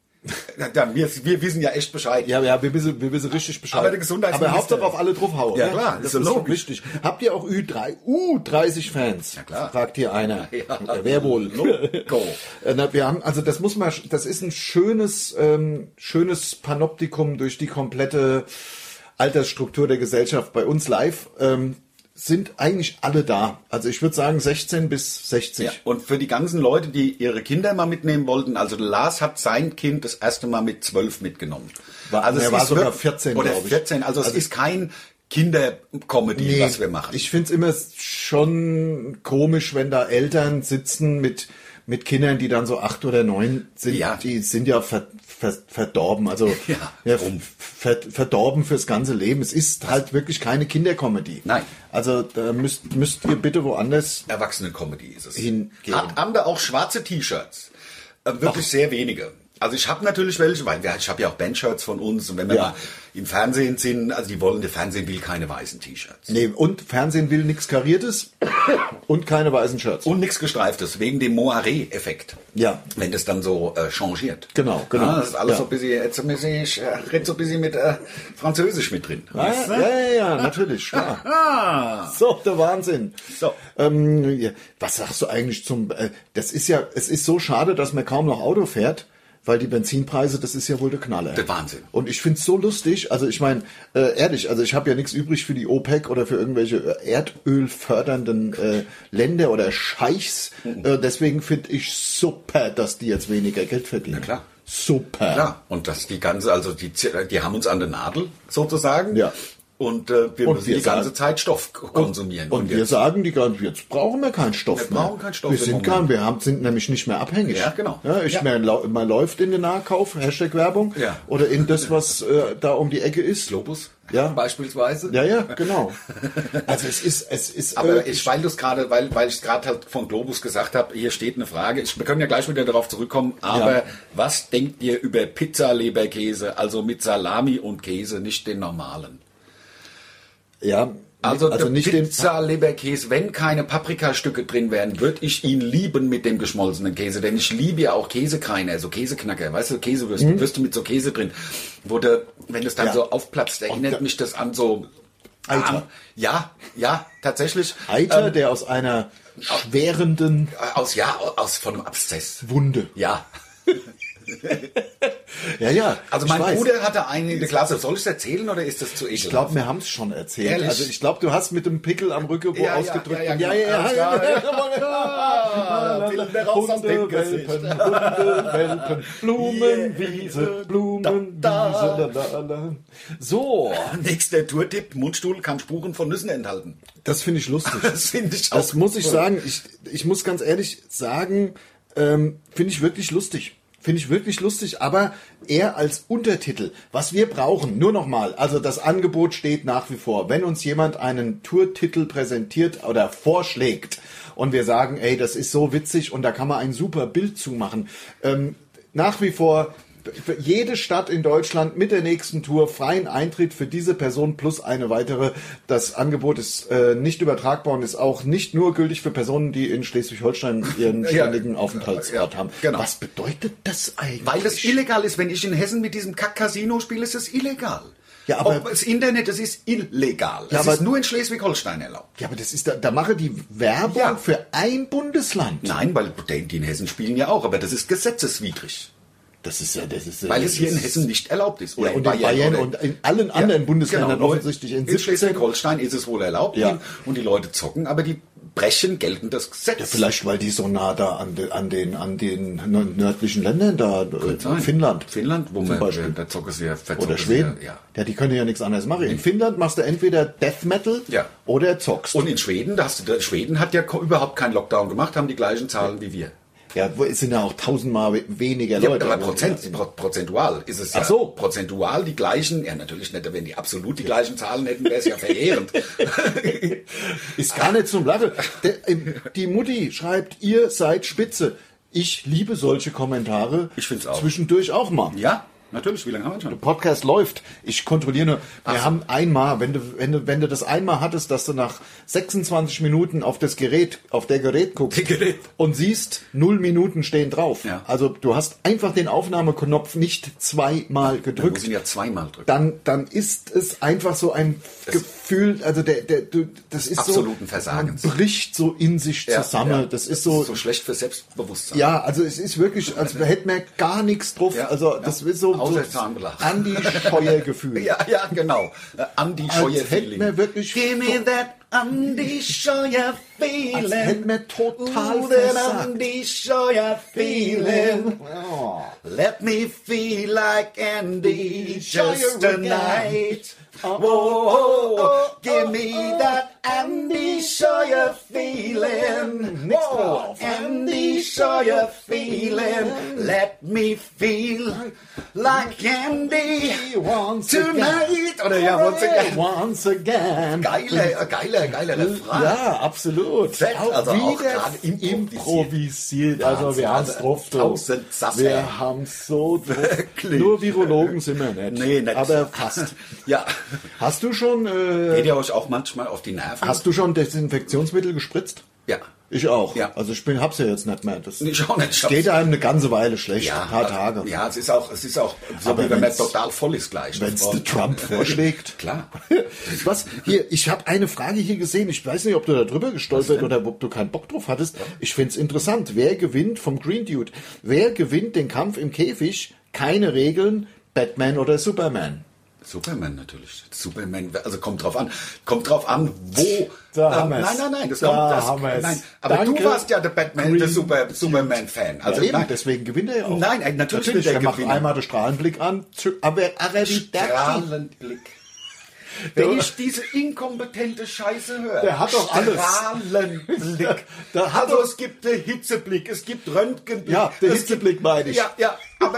Speaker 2: Na, dann, wir, wir wissen ja echt Bescheid.
Speaker 1: Ja, ja, wir wissen, wir wissen richtig Bescheid.
Speaker 2: Aber der Gesundheitsminister-
Speaker 1: Aber Hauptsache auf alle draufhauen.
Speaker 2: Ja,
Speaker 1: ne?
Speaker 2: klar,
Speaker 1: das
Speaker 2: ist ja
Speaker 1: ist
Speaker 2: logisch.
Speaker 1: wichtig. Habt ihr auch Ü3, U30-Fans? Ja,
Speaker 2: klar.
Speaker 1: Fragt hier einer. Äh,
Speaker 2: Ja.
Speaker 1: Wer wohl?
Speaker 2: Loco.
Speaker 1: Äh, Na, wir haben, also das muss man, das ist ein schönes, ähm, schönes Panoptikum durch die komplette Altersstruktur der Gesellschaft. Bei uns live ähm, sind eigentlich alle da. Also ich würde sagen 16 bis 60.
Speaker 2: Ja, und für die ganzen Leute, die ihre Kinder mal mitnehmen wollten, also Lars hat sein Kind das erste Mal mit zwölf mitgenommen.
Speaker 1: War-
Speaker 2: also
Speaker 1: er war sogar
Speaker 2: wirklich-
Speaker 1: 14,
Speaker 2: oder
Speaker 1: glaub ich.
Speaker 2: 14. Also, es ist kein Kindercomedy,
Speaker 1: Nee,
Speaker 2: was wir machen.
Speaker 1: Ich find's immer schon komisch, wenn da Eltern sitzen mit, mit Kindern, die dann so acht oder neun sind.
Speaker 2: Ja.
Speaker 1: Die sind ja ver, ver, verdorben, also
Speaker 2: Ja, drum.
Speaker 1: ver, verdorben fürs ganze Leben. Es ist halt wirklich keine Kindercomedy.
Speaker 2: Nein.
Speaker 1: Also da müsst, müsst ihr bitte woanders.
Speaker 2: Erwachsene-Comedy ist es.
Speaker 1: Hingehen.
Speaker 2: Hat, haben wir auch schwarze T-Shirts? Äh, wirklich sehr wenige. Also ich habe natürlich welche, weil wir- ich habe ja auch Bandshirts von uns und wenn wir
Speaker 1: Ja.
Speaker 2: mal im Fernsehen sind, also die wollen, der Fernsehen will keine weißen T-Shirts.
Speaker 1: Nee, und Fernsehen will nichts Kariertes und keine weißen Shirts.
Speaker 2: Und nichts Gestreiftes, wegen dem Moiré-Effekt.
Speaker 1: Ja.
Speaker 2: Wenn das dann so äh, changiert.
Speaker 1: Genau, genau.
Speaker 2: Ja, das ist alles
Speaker 1: Ja.
Speaker 2: so ein bisschen, jetzt so ein bisschen, ich äh, red so ein bisschen mit äh, Französisch mit drin.
Speaker 1: Ah, ja,
Speaker 2: Weißt du? Ah.
Speaker 1: ja, ja, ja, natürlich. Klar. So, der Wahnsinn.
Speaker 2: So.
Speaker 1: Ähm, ja, was sagst du eigentlich zum. Äh, das ist ja, es ist so schade, dass man kaum noch Auto fährt, weil die Benzinpreise, das ist ja wohl der Knaller.
Speaker 2: Der Wahnsinn.
Speaker 1: Und ich find's so lustig, also ich meine, äh, ehrlich, also ich habe ja nichts übrig für die OPEC oder für irgendwelche äh, erdölfördernden äh, Länder oder Scheichs.
Speaker 2: Mhm.
Speaker 1: Äh, deswegen find ich super, dass die jetzt weniger Geld verdienen.
Speaker 2: Na klar.
Speaker 1: Super.
Speaker 2: Ja, und das die ganze, also die, die haben uns an der Nadel sozusagen.
Speaker 1: Ja.
Speaker 2: Und äh, wir
Speaker 1: Und
Speaker 2: müssen
Speaker 1: wir
Speaker 2: die ganze
Speaker 1: sagen-
Speaker 2: Zeit Stoff k- konsumieren.
Speaker 1: Und wir
Speaker 2: jetzt-
Speaker 1: sagen die ganze jetzt brauchen wir keinen Stoff
Speaker 2: Wir
Speaker 1: mehr.
Speaker 2: brauchen keinen Stoff
Speaker 1: wir
Speaker 2: im
Speaker 1: sind
Speaker 2: Moment.
Speaker 1: gar, wir haben, sind nämlich nicht mehr abhängig.
Speaker 2: Ja, genau.
Speaker 1: Ja, ich
Speaker 2: Ja.
Speaker 1: Mehr, lau- man läuft in den Nahkauf, Hashtag Werbung,
Speaker 2: Ja.
Speaker 1: oder in das, was äh, da um die Ecke ist.
Speaker 2: Globus
Speaker 1: Ja.
Speaker 2: beispielsweise.
Speaker 1: Ja, ja, genau. Also es ist, es ist.
Speaker 2: Aber
Speaker 1: äh,
Speaker 2: ich, weil du es gerade, weil, weil ich es gerade halt von Globus gesagt habe, hier steht eine Frage. Ich, wir können ja gleich wieder darauf zurückkommen. Aber
Speaker 1: Ja.
Speaker 2: was denkt ihr über Pizza-Leberkäse, also mit Salami und Käse, nicht den normalen?
Speaker 1: ja,
Speaker 2: Also,
Speaker 1: also
Speaker 2: der
Speaker 1: nicht den.
Speaker 2: Pizza-Leberkäse, wenn keine Paprikastücke drin wären, würde ich ihn lieben mit dem geschmolzenen Käse. Denn ich liebe ja auch Käsekreiner, so Käseknacker, weißt du, Käsewürste, Würste mit so Käse drin. Wo der, wenn das dann
Speaker 1: Mhm. Ja.
Speaker 2: so aufplatzt, erinnert mich das an so
Speaker 1: Eiter.
Speaker 2: Am- Ja, ja, tatsächlich. Ähm,
Speaker 1: Eiter, der aus einer schwerenden
Speaker 2: Äh, Aus, ja, aus, von einem Abszess.
Speaker 1: Wunde.
Speaker 2: Ja.
Speaker 1: Ja, ja.
Speaker 2: Also
Speaker 1: ich
Speaker 2: mein
Speaker 1: weiß.
Speaker 2: Bruder hatte einen in der Klasse. Soll ich es erzählen oder ist das zu ekelhaft?
Speaker 1: Ich glaube, wir haben es schon erzählt.
Speaker 2: Ehrlich?
Speaker 1: Also ich glaube, du hast mit dem Pickel am Rücken wo
Speaker 2: Ja, ja,
Speaker 1: ausgedrückt.
Speaker 2: ja,
Speaker 1: und-
Speaker 2: ja,
Speaker 1: ja, ja,
Speaker 2: ja,
Speaker 1: ja,
Speaker 2: ja.
Speaker 1: ja.
Speaker 2: Bilder raus aus dem Gesicht.
Speaker 1: Hundewelpen, Hundewelpen, Blumenwiese, Blumenwiese.
Speaker 2: Da,
Speaker 1: la, la, la. So,
Speaker 2: Nächster Tourtipp, Mundstuhl kann Spuren von Nüssen enthalten.
Speaker 1: das finde ich lustig.
Speaker 2: Das finde ich auch.
Speaker 1: Das muss ich sagen. Ich, ich muss ganz ehrlich sagen, ähm, finde ich wirklich lustig. Finde ich wirklich lustig, aber eher als Untertitel. Was wir brauchen, nur nochmal, also das Angebot steht nach wie vor. Wenn uns jemand einen Tourtitel präsentiert oder vorschlägt und wir sagen, ey, das ist so witzig und da kann man ein super Bild zu machen. Ähm, nach wie vor für jede Stadt in Deutschland mit der nächsten Tour freien Eintritt für diese Person plus eine weitere. Das Angebot ist äh, nicht übertragbar und ist auch nicht nur gültig für Personen, die in Schleswig-Holstein ihren ständigen Aufenthaltsort
Speaker 2: ja,
Speaker 1: haben.
Speaker 2: genau.
Speaker 1: Was bedeutet das eigentlich?
Speaker 2: Weil das illegal ist. Wenn ich in Hessen mit diesem Kack-Casino spiele, ist das illegal.
Speaker 1: Ja, aber-
Speaker 2: Ob das Internet, das ist illegal.
Speaker 1: Ja,
Speaker 2: das
Speaker 1: aber-
Speaker 2: ist nur in Schleswig-Holstein erlaubt.
Speaker 1: ja, aber das ist da, da mache die Werbung
Speaker 2: Ja.
Speaker 1: für ein Bundesland.
Speaker 2: Nein, weil die in Hessen spielen ja auch, aber das ist gesetzeswidrig.
Speaker 1: Das ist ja, das ist ja-
Speaker 2: Weil es
Speaker 1: das
Speaker 2: hier in
Speaker 1: ist-
Speaker 2: Hessen nicht erlaubt ist. Oder
Speaker 1: Ja, und in Bayern
Speaker 2: oder- genau,
Speaker 1: und in allen anderen Bundesländern
Speaker 2: nur
Speaker 1: offensichtlich in
Speaker 2: In,
Speaker 1: 17.
Speaker 2: Schleswig-Holstein ist es wohl erlaubt
Speaker 1: Ja.
Speaker 2: und die Leute zocken, aber die brechen geltendes Gesetz.
Speaker 1: Ja, vielleicht, weil die so nah da an, de, an, den, an den nö- nördlichen Ländern da, äh,
Speaker 2: Nein.
Speaker 1: Finnland.
Speaker 2: Finnland, wo
Speaker 1: zum
Speaker 2: man
Speaker 1: Beispiel.
Speaker 2: da zocken sie ja verzocken
Speaker 1: Oder
Speaker 2: sie
Speaker 1: Schweden.
Speaker 2: Ja, ja.
Speaker 1: Ja, die können ja nichts anderes machen. In Finnland machst du entweder Death Metal
Speaker 2: Ja.
Speaker 1: oder zockst.
Speaker 2: Und in Schweden, da hast du, da- Schweden hat ja ko- überhaupt keinen Lockdown gemacht, haben die gleichen Zahlen wie wir.
Speaker 1: ja, wo- es sind ja auch tausendmal we- weniger
Speaker 2: Ja,
Speaker 1: Leute.
Speaker 2: aber
Speaker 1: Also,
Speaker 2: Prozent, pro, prozentual ist es ja.
Speaker 1: Ach so.
Speaker 2: Prozentual die gleichen, ja natürlich nicht, wenn die absolut die gleichen Zahlen hätten, wäre es ja verheerend.
Speaker 1: Ist gar nicht zum Lachen. Der, ähm, die Mutti schreibt, ihr seid spitze. Ich liebe solche Kommentare.
Speaker 2: Ich find's auch.
Speaker 1: Zwischendurch auch mal.
Speaker 2: ja, natürlich, wie lange haben wir schon?
Speaker 1: Podcast läuft. Ich kontrolliere nur. Wir haben einmal, wenn du, wenn du, wenn du das einmal hattest, dass du nach 26 Minuten auf das Gerät, auf der Gerät guckst
Speaker 2: Gerät.
Speaker 1: und siehst, null Minuten stehen drauf.
Speaker 2: Ja.
Speaker 1: Also du hast einfach den Aufnahmeknopf nicht zweimal
Speaker 2: Wir
Speaker 1: gedrückt.
Speaker 2: müssen ja zweimal drücken.
Speaker 1: Dann, dann ist es einfach so ein Gefühl, also der, der, du, das ist
Speaker 2: Absoluten
Speaker 1: so,
Speaker 2: Versagens.
Speaker 1: man bricht so in sich
Speaker 2: Ja,
Speaker 1: zusammen.
Speaker 2: ja.
Speaker 1: Das ist so,
Speaker 2: so schlecht für Selbstbewusstsein.
Speaker 1: ja, also es ist wirklich, als hätte man gar nichts drauf.
Speaker 2: Ja,
Speaker 1: also
Speaker 2: ja.
Speaker 1: das ist so, so
Speaker 2: Außer Zahnbelag.
Speaker 1: Andi-Scheuer-Gefühl.
Speaker 2: Ja, ja, genau. Äh, Andy Scheuer
Speaker 1: hätten wir
Speaker 2: Feeling.
Speaker 1: wirklich-
Speaker 2: Give me that Andy Scheuer Feeling.
Speaker 1: Als hätten wir total
Speaker 2: Ooh, that
Speaker 1: versagt.
Speaker 2: Andy Scheuer Feeling. Let me feel like Andy
Speaker 1: Scheuer
Speaker 2: just
Speaker 1: again.
Speaker 2: tonight. Whoa, give me that Andy Scheuer Feeling.
Speaker 1: Nix
Speaker 2: Whoa,
Speaker 1: drauf.
Speaker 2: Andy Scheuer Feeling. Let me feel like Andy.
Speaker 1: Once
Speaker 2: Tonight! Oder ja, once again.
Speaker 1: Once again.
Speaker 2: Geiler, äh, geiler, geiler Refrain.
Speaker 1: Ja, absolut.
Speaker 2: Fett, also auch gerade improvisiert.
Speaker 1: improvisiert. Also wir
Speaker 2: Wahnsinn,
Speaker 1: haben's
Speaker 2: also
Speaker 1: drauf. du.
Speaker 2: tausend Sachen.
Speaker 1: Wir haben's so drauf.
Speaker 2: Wirklich.
Speaker 1: Nur Virologen sind wir nicht.
Speaker 2: Nee, nicht.
Speaker 1: Aber fast.
Speaker 2: Ja.
Speaker 1: Hast du schon, äh,
Speaker 2: Geht ihr euch auch manchmal auf die Nerven?
Speaker 1: hast du schon Desinfektionsmittel gespritzt?
Speaker 2: Ja.
Speaker 1: Ich auch.
Speaker 2: Ja.
Speaker 1: Also ich bin, hab's ja jetzt nicht mehr. Das
Speaker 2: Ich auch nicht. Ich
Speaker 1: steht
Speaker 2: hab's-
Speaker 1: einem eine ganze Weile schlecht.
Speaker 2: ja,
Speaker 1: ein paar Tage.
Speaker 2: Ja, es ist auch, es ist auch so,
Speaker 1: Aber
Speaker 2: wie wenn man
Speaker 1: wenn's-
Speaker 2: total voll ist gleich.
Speaker 1: Wenn es
Speaker 2: Und-
Speaker 1: der Trump vorschlägt.
Speaker 2: Klar.
Speaker 1: Was? Hier, ich habe eine Frage hier gesehen. Ich weiß nicht, ob du da drüber gestolpert oder ob du keinen Bock drauf hattest. Ich find's interessant. Wer gewinnt vom Green Dude? Wer gewinnt den Kampf im Käfig? Keine Regeln, Batman oder Superman?
Speaker 2: Superman natürlich. Superman, also kommt drauf an. Kommt drauf an, wo. ähm,
Speaker 1: Da haben
Speaker 2: nein,
Speaker 1: wir's.
Speaker 2: nein, nein, das
Speaker 1: Da
Speaker 2: kommt. Das,
Speaker 1: haben wir's.
Speaker 2: nein, aber
Speaker 1: Danke.
Speaker 2: du warst ja der Batman,
Speaker 1: Green
Speaker 2: der Super, Superman-Fan. Also
Speaker 1: Also ja, eben,
Speaker 2: nein,
Speaker 1: deswegen gewinnt er ja auch.
Speaker 2: Nein, natürlich will der
Speaker 1: der macht
Speaker 2: gewinnen.
Speaker 1: einmal den Strahlenblick an. zü- Aber Arabidachi.
Speaker 2: strahlend Blick. Wenn ich diese inkompetente Scheiße höre,
Speaker 1: Der hat doch alles.
Speaker 2: strahlend Blick.
Speaker 1: Der hat
Speaker 2: also
Speaker 1: doch-
Speaker 2: es gibt den Hitzeblick, es gibt Röntgenblick.
Speaker 1: Ja, der
Speaker 2: es
Speaker 1: Hitzeblick
Speaker 2: gibt-
Speaker 1: meine ich.
Speaker 2: Ja, ja, aber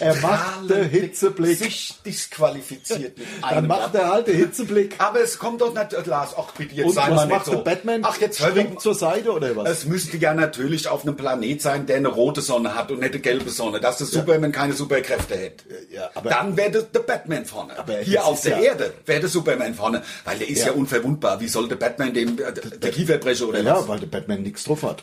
Speaker 1: Er macht den Hitzeblick.
Speaker 2: sich disqualifiziert mit
Speaker 1: Dann
Speaker 2: einem
Speaker 1: macht
Speaker 2: Wort.
Speaker 1: er halt den Hitzeblick.
Speaker 2: Aber es kommt doch nicht, Lars, ach bitte, jetzt
Speaker 1: Und
Speaker 2: sei
Speaker 1: was
Speaker 2: mal
Speaker 1: macht
Speaker 2: nicht so.
Speaker 1: der Batman?
Speaker 2: Ach, jetzt hör doch mal-
Speaker 1: springt zur Seite oder was?
Speaker 2: es müsste ja natürlich auf einem Planet sein, der eine rote Sonne hat und nicht eine gelbe Sonne, dass der Superman keine Superkräfte hätte.
Speaker 1: Äh, Ja, aber-
Speaker 2: Dann wäre der- der Batman vorne.
Speaker 1: Aber
Speaker 2: Hier
Speaker 1: das
Speaker 2: auf
Speaker 1: ist
Speaker 2: der
Speaker 1: ja-
Speaker 2: Erde wäre der Superman vorne, weil der ist ja,
Speaker 1: Ja.
Speaker 2: unverwundbar. Wie soll der Batman dem äh, der Kiefer brechen oder
Speaker 1: ja,
Speaker 2: was?
Speaker 1: weil der Batman nichts drauf hat.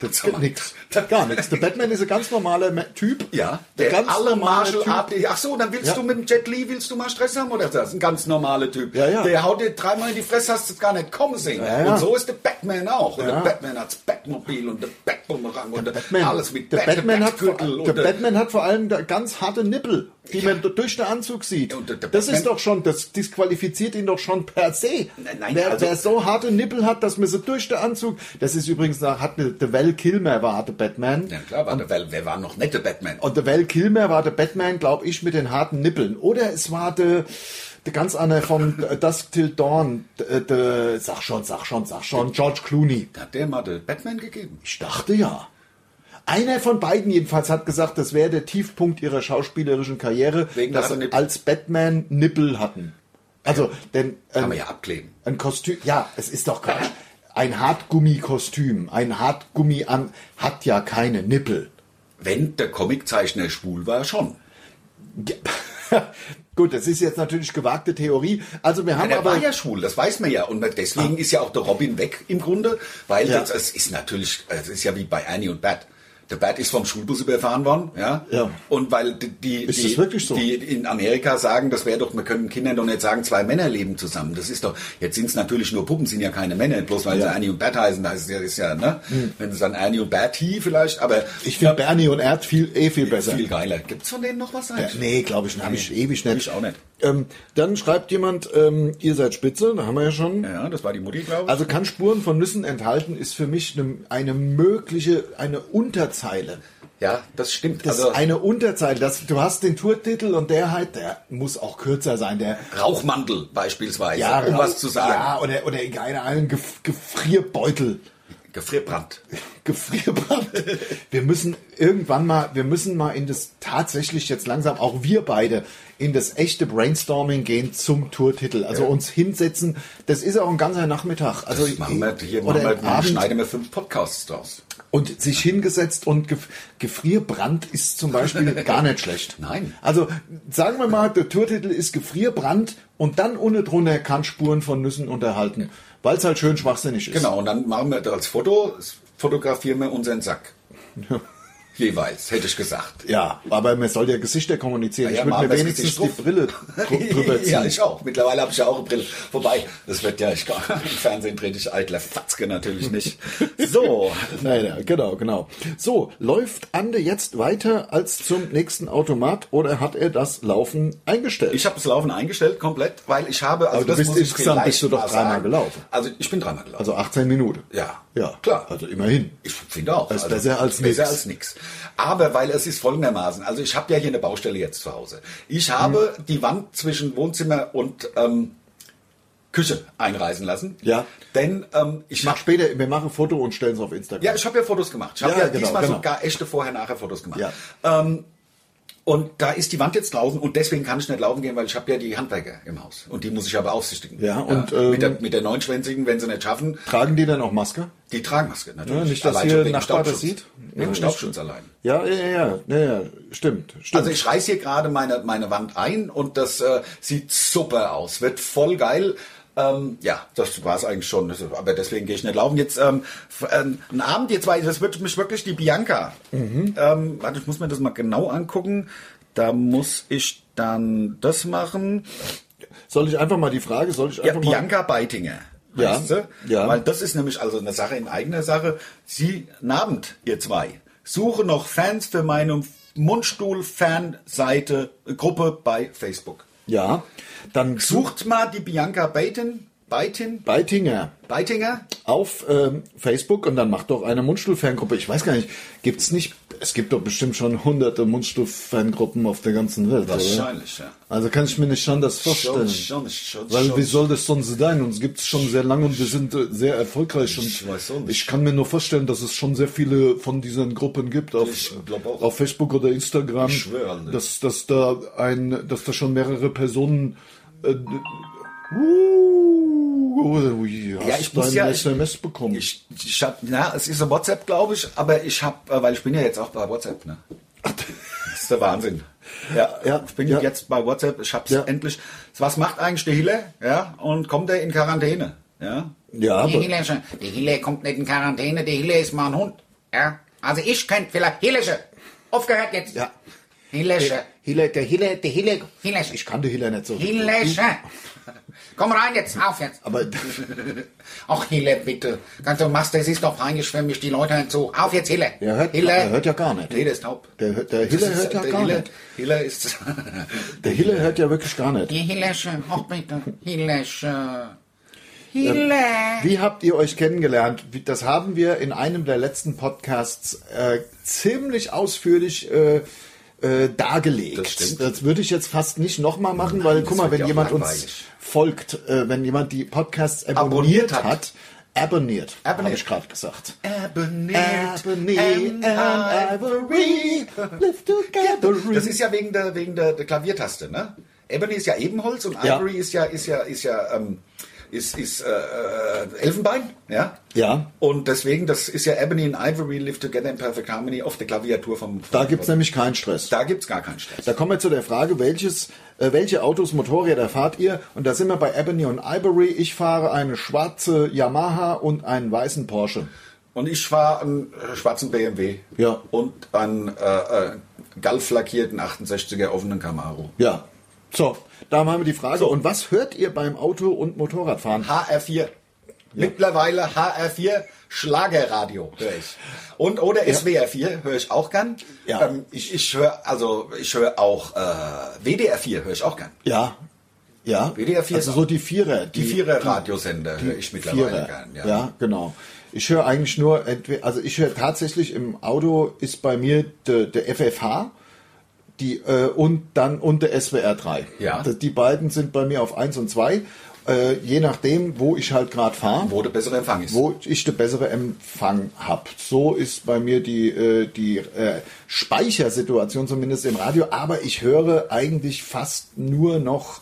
Speaker 1: Das gibt nichts. Gar nichts. Der Batman ist ein ganz normaler Ma- Typ.
Speaker 2: Ja,
Speaker 1: der
Speaker 2: der
Speaker 1: ganz
Speaker 2: alle
Speaker 1: normale
Speaker 2: Martial
Speaker 1: Typ.
Speaker 2: Art. Ach so, dann willst
Speaker 1: Ja.
Speaker 2: du mit dem Jet Li willst du mal Stress haben oder das? Ein ganz normaler Typ.
Speaker 1: Ja, ja.
Speaker 2: Der haut dir dreimal in die Fresse, hast du es gar nicht kommen sehen.
Speaker 1: Ja, ja.
Speaker 2: Und so ist der Batman auch. Und
Speaker 1: Ja.
Speaker 2: der Batman hat's Batmobil und der Batbumerang und der
Speaker 1: Batman,
Speaker 2: alles mit
Speaker 1: der
Speaker 2: Bat-
Speaker 1: Batman, hat, vor-
Speaker 2: Batgürtel
Speaker 1: der
Speaker 2: und
Speaker 1: Batman hat vor allem da ganz harte Nippel, die man d- durch den Anzug sieht.
Speaker 2: Und der- der
Speaker 1: das
Speaker 2: Batman-
Speaker 1: ist doch schon, das disqualifiziert ihn doch schon per se.
Speaker 2: Nein, nein,
Speaker 1: wer,
Speaker 2: also-
Speaker 1: wer so harte Nippel hat, dass man sie durch den Anzug, das ist übrigens, nach- hat eine, der Val Kilmer war der Batman.
Speaker 2: Ja klar, warte, weil wer war noch nicht der Batman?
Speaker 1: Und der Val Kilmer war der Batman, glaube ich, mit den harten Nippeln. Oder es war der, der ganz andere vom Dusk Till Dawn, der, der, sag schon, sag schon, sag schon, George Clooney.
Speaker 2: Oh, Hat der mal den Batman gegeben?
Speaker 1: Ich dachte ja. Einer von beiden jedenfalls hat gesagt, das wäre der Tiefpunkt ihrer schauspielerischen Karriere,
Speaker 2: Wegen
Speaker 1: dass
Speaker 2: harter
Speaker 1: sie
Speaker 2: Nippel.
Speaker 1: als Batman Nippel hatten. Also, denn
Speaker 2: Kann
Speaker 1: ähm,
Speaker 2: man ja abkleben.
Speaker 1: ein Kostüm, ja, es ist doch Quatsch. Ein Hartgummi-Kostüm, ein Hartgummi an, hat ja keine Nippel.
Speaker 2: Wenn der Comiczeichner schwul war, schon.
Speaker 1: Ja. Gut, das ist jetzt natürlich gewagte Theorie. Also wir haben
Speaker 2: Der
Speaker 1: aber Ah.
Speaker 2: war ja schwul, das weiß man ja. Und deswegen ist ja auch der Robin weg im Grunde, weil
Speaker 1: Ja.
Speaker 2: das, es ist natürlich, es ist ja wie bei Annie und Bat. Der Bat ist vom Schulbus überfahren worden, ja.
Speaker 1: Ja.
Speaker 2: Und weil die, die,
Speaker 1: Ist
Speaker 2: die,
Speaker 1: das wirklich so?
Speaker 2: die in Amerika sagen, das wäre doch, wir können Kindern doch nicht sagen, zwei Männer leben zusammen. Das ist doch, jetzt sind es natürlich nur Puppen, sind ja keine Männer, bloß weil
Speaker 1: Ja. Hm.
Speaker 2: sie Annie und Bat heißen, da ist es ja, ist ja ne? Wenn es dann Annie und Betty vielleicht, aber
Speaker 1: ich finde Bernie und Erd viel eh viel besser.
Speaker 2: viel geiler. Gibt's von denen noch was
Speaker 1: Ja, nee, glaube ich, habe ich ewig nicht.
Speaker 2: Ich auch nicht.
Speaker 1: Ähm, dann schreibt jemand, ähm, ihr seid Spitze, da haben wir ja schon.
Speaker 2: Ja, das war die Mutti, glaube ich.
Speaker 1: Also kann Spuren von Nüssen enthalten, ist für mich eine, eine mögliche, eine Unterzeile.
Speaker 2: ja, das stimmt.
Speaker 1: Das
Speaker 2: also,
Speaker 1: ist eine Unterzeile. Das, du hast den Tourtitel und der halt, der muss auch kürzer sein. Der
Speaker 2: Rauchmantel beispielsweise,
Speaker 1: ja,
Speaker 2: um
Speaker 1: Rau-
Speaker 2: was zu sagen.
Speaker 1: Ja, oder, oder in einem Gef Gefrierbeutel.
Speaker 2: Gefrierbrand.
Speaker 1: Gefrierbrand. Wir müssen irgendwann mal, wir müssen mal in das tatsächlich jetzt langsam, auch wir beide, in das echte Brainstorming gehen zum Tourtitel. Also uns hinsetzen. Das ist auch ein ganzer Nachmittag. Also
Speaker 2: Das machen wir, hier
Speaker 1: oder
Speaker 2: machen wir,
Speaker 1: im
Speaker 2: machen-
Speaker 1: Abend.
Speaker 2: schneiden wir fünf Podcasts draus.
Speaker 1: Und sich hingesetzt und gef Gefrierbrand ist zum Beispiel gar nicht schlecht.
Speaker 2: Nein.
Speaker 1: Also sagen wir mal, der Tourtitel ist Gefrierbrand und dann ohne drunter kann Spuren von Nüssen unterhalten. Weil es halt schön schwachsinnig ist.
Speaker 2: Genau, und dann machen wir das als Foto, fotografieren wir unseren Sack. Jeweils, hätte ich gesagt.
Speaker 1: Ja, aber man soll ja Gesichter kommunizieren.
Speaker 2: Ja,
Speaker 1: ich würde
Speaker 2: machen
Speaker 1: mir
Speaker 2: wir das
Speaker 1: wenigstens
Speaker 2: Gesicht
Speaker 1: die
Speaker 2: drauf.
Speaker 1: Brille dr- drüber ziehen.
Speaker 2: ja, ich auch. Mittlerweile habe ich ja auch eine Brille. Wobei, das wird ja, ich, im Fernsehen trete ich eitler Fatzke natürlich nicht. So,
Speaker 1: Nein, nein, genau, genau. So, läuft Ande jetzt weiter als zum nächsten Automat oder hat er das Laufen eingestellt?
Speaker 2: Ich habe das Laufen eingestellt komplett, weil ich habe. Also
Speaker 1: Aber du bist
Speaker 2: muss ich
Speaker 1: insgesamt bist
Speaker 2: vielleicht
Speaker 1: du doch
Speaker 2: mal
Speaker 1: dreimal
Speaker 2: sagen.
Speaker 1: gelaufen.
Speaker 2: Also ich bin dreimal gelaufen.
Speaker 1: also 18 Minuten.
Speaker 2: Ja.
Speaker 1: Ja,
Speaker 2: Klar.
Speaker 1: Also immerhin.
Speaker 2: Ich finde auch. Also,
Speaker 1: Das ist besser als
Speaker 2: besser
Speaker 1: nix.
Speaker 2: als nix. Aber weil es ist folgendermaßen, also ich habe ja hier eine Baustelle jetzt zu Hause. Ich habe
Speaker 1: Mhm.
Speaker 2: die Wand zwischen Wohnzimmer und ähm, Küche einreißen lassen.
Speaker 1: Ja.
Speaker 2: Denn ähm, ich
Speaker 1: Mach
Speaker 2: hab-
Speaker 1: später, wir machen ein Foto und stellen es auf Instagram.
Speaker 2: ja, ich habe ja Fotos gemacht. Ich habe
Speaker 1: Ja,
Speaker 2: ja,
Speaker 1: genau,
Speaker 2: diesmal
Speaker 1: genau.
Speaker 2: sogar echte Vorher-Nachher-Fotos gemacht.
Speaker 1: Ja.
Speaker 2: Ähm, und da ist die Wand jetzt draußen und deswegen kann ich nicht laufen gehen, weil ich habe ja die Handwerker im Haus. Und die muss ich aber aufsichtigen.
Speaker 1: Ja, und, ähm,
Speaker 2: mit, der, mit der neunschwänzigen, wenn sie nicht schaffen,
Speaker 1: Tragen die dann auch Maske?
Speaker 2: die Tragenmaske natürlich.
Speaker 1: Ja, Ne, nicht, dass
Speaker 2: Allein
Speaker 1: hier
Speaker 2: schon wegen
Speaker 1: Nachbar das
Speaker 2: Staubschutz.
Speaker 1: sieht. Ne,
Speaker 2: Wegen
Speaker 1: Ja,
Speaker 2: Staubschutz allein.
Speaker 1: Ja, ja, ja, ja, ja, stimmt, stimmt.
Speaker 2: Also ich reiß hier gerade meine, meine Wand ein und das äh, sieht super aus. Wird voll geil. Ähm, ja, das war's eigentlich schon. Das, aber deswegen gehe ich nicht laufen. Jetzt ähm, f- ähm, einen Abend, jetzt weiß ich, das wird mich wirklich die Bianca. Ähm, warte, ich muss mir das mal genau angucken. Da muss ich dann das machen.
Speaker 1: soll ich einfach mal die Frage, soll ich
Speaker 2: Ja,
Speaker 1: einfach mal...
Speaker 2: Bianca Beitinger.
Speaker 1: Ja,
Speaker 2: Weißt du?
Speaker 1: ja.
Speaker 2: Weil das ist nämlich also eine Sache in eigener Sache. Sie, einen Abend, ihr zwei, suche noch Fans für meine Mundstuhl-Fanseite, Gruppe bei Facebook.
Speaker 1: Ja, dann such
Speaker 2: Sucht mal die Bianca Beitin, Beitin,
Speaker 1: Beitinger.
Speaker 2: Beitinger.
Speaker 1: auf ähm, Facebook und dann macht doch eine Mundstuhl-Fangruppe. Ich weiß gar nicht, gibt's nicht, es gibt doch bestimmt schon hunderte Mundstuhl-Fangruppen auf der ganzen Welt.
Speaker 2: Wahrscheinlich, ja.
Speaker 1: Also kann ich mir nicht schon das vorstellen.
Speaker 2: schon, schon,
Speaker 1: Weil
Speaker 2: schon.
Speaker 1: wie soll das sonst sein? Uns gibt's schon sehr lange und wir sind äh, sehr erfolgreich. Und
Speaker 2: Ich weiß auch nicht.
Speaker 1: ich kann mir nur vorstellen, dass es schon sehr viele von diesen Gruppen gibt auf,
Speaker 2: Ich glaub auch.
Speaker 1: auf Facebook oder Instagram.
Speaker 2: Ich schwöre an dich.
Speaker 1: dass, dass da ein, dass da schon mehrere Personen äh, d- Uh,
Speaker 2: Ja,
Speaker 1: hast
Speaker 2: ich muss
Speaker 1: dein
Speaker 2: ja- ich-
Speaker 1: SMS bekommen.
Speaker 2: Ich, ich hab, na, es ist ein WhatsApp, glaube ich, aber ich habe, äh, weil ich bin ja jetzt auch bei WhatsApp, ne? Das ist der Wahnsinn. Ja,
Speaker 1: Ja,
Speaker 2: ich bin
Speaker 1: ja.
Speaker 2: jetzt bei WhatsApp, ich hab's
Speaker 1: Ja.
Speaker 2: endlich. Was macht eigentlich der Hille? Ja, und kommt er in Quarantäne? Ja.
Speaker 1: ja,
Speaker 4: Die
Speaker 1: aber
Speaker 4: Hille, ist schon- die Hille kommt nicht in Quarantäne, die Hille ist mal ein Hund. Ja? Also ich könnte vielleicht. Hillische! Aufgehört jetzt!
Speaker 1: Ja.
Speaker 4: Hillische!
Speaker 1: Hille, der Hille, der Hille.
Speaker 4: Hillische!
Speaker 1: Ich kannte Hille nicht so.
Speaker 4: Hillische! Komm rein jetzt, auf jetzt!
Speaker 1: Aber
Speaker 4: Ach, Hille, bitte. Ganz du machst, das ist doch peinlich für mich, die Leute hören zu. Auf jetzt, Hille!
Speaker 1: der hört,
Speaker 4: Hille!
Speaker 1: der hört ja gar nicht.
Speaker 2: Nee, der ist taub.
Speaker 1: Der, hört- der Hille
Speaker 2: Das ist-
Speaker 1: hört ja
Speaker 2: der
Speaker 1: gar
Speaker 2: Hiller-
Speaker 1: nicht.
Speaker 2: Hiller ist.
Speaker 1: Der Hille hört ja wirklich gar nicht.
Speaker 4: Die Hillesche, ach bitte. Hillesche. Hille!
Speaker 1: Wie habt ihr euch kennengelernt? Wie- Das haben wir in einem der letzten Podcasts äh, ziemlich ausführlich äh, äh, dargelegt.
Speaker 2: Das stimmt.
Speaker 1: würde ich jetzt fast nicht nochmal machen, weil guck mal,
Speaker 2: wird
Speaker 1: wenn
Speaker 2: ja auch
Speaker 1: jemand uns
Speaker 2: langweilig.
Speaker 1: folgt, äh, wenn jemand die Podcasts abonniert,
Speaker 2: Abonniert
Speaker 1: hat,
Speaker 2: hat.
Speaker 1: abonniert, habe
Speaker 2: Abonniert.
Speaker 1: ich gerade gesagt.
Speaker 2: Ebony.
Speaker 1: Ebony and Ivory live together.
Speaker 2: Das ist ja wegen der, wegen der, der Klaviertaste, ne? Ebony ist ja Ebenholz und
Speaker 1: Ja.
Speaker 2: Ivory ist ja, ist ja, ist ja, ähm, ist, ist äh, äh, Elfenbein, ja?
Speaker 1: Ja.
Speaker 2: Und deswegen, das ist ja Ebony und Ivory live together in perfect harmony auf der Klaviatur vom.
Speaker 1: da
Speaker 2: vom-
Speaker 1: gibt's nämlich keinen Stress.
Speaker 2: da gibt's gar keinen Stress.
Speaker 1: Da kommen wir zu der Frage, welches, äh, welche Autos, Motorräder fahrt ihr? Und da sind wir bei Ebony und Ivory. Ich fahre eine schwarze Yamaha und einen weißen Porsche.
Speaker 2: Und ich fahre einen äh, schwarzen BMW.
Speaker 1: Ja.
Speaker 2: Und einen äh, äh, galflackierten 68er offenen Camaro.
Speaker 1: Ja. So, da haben wir die Frage. Und was hört ihr beim Auto- und Motorradfahren?
Speaker 2: HR4. Mittlerweile HR4 Schlagerradio höre ich. Und oder SWR4 höre ich auch gern.
Speaker 1: Ja.
Speaker 2: Ähm, ich ich höre also ich höre auch äh, WDR4 höre ich auch gern.
Speaker 1: Ja. Ja.
Speaker 2: WDR vier
Speaker 1: also so die Vierer.
Speaker 2: Die vierer Radiosender höre Äh, ich mittlerweile
Speaker 1: Vierer.
Speaker 2: gern.
Speaker 1: Ja. genau. Ich höre eigentlich nur, entweder, also ich höre tatsächlich im Auto ist bei mir der de FFH die, äh, und dann und der SWR 3.
Speaker 2: Ja.
Speaker 1: Das- Die beiden sind bei mir auf 1 und 2, äh, je nachdem, wo ich halt gerade fahre,
Speaker 2: Wo der bessere Empfang ist.
Speaker 1: wo ich den besseren Empfang habe. So ist bei mir die, äh, die äh, Speichersituation zumindest im Radio, aber ich höre eigentlich fast nur noch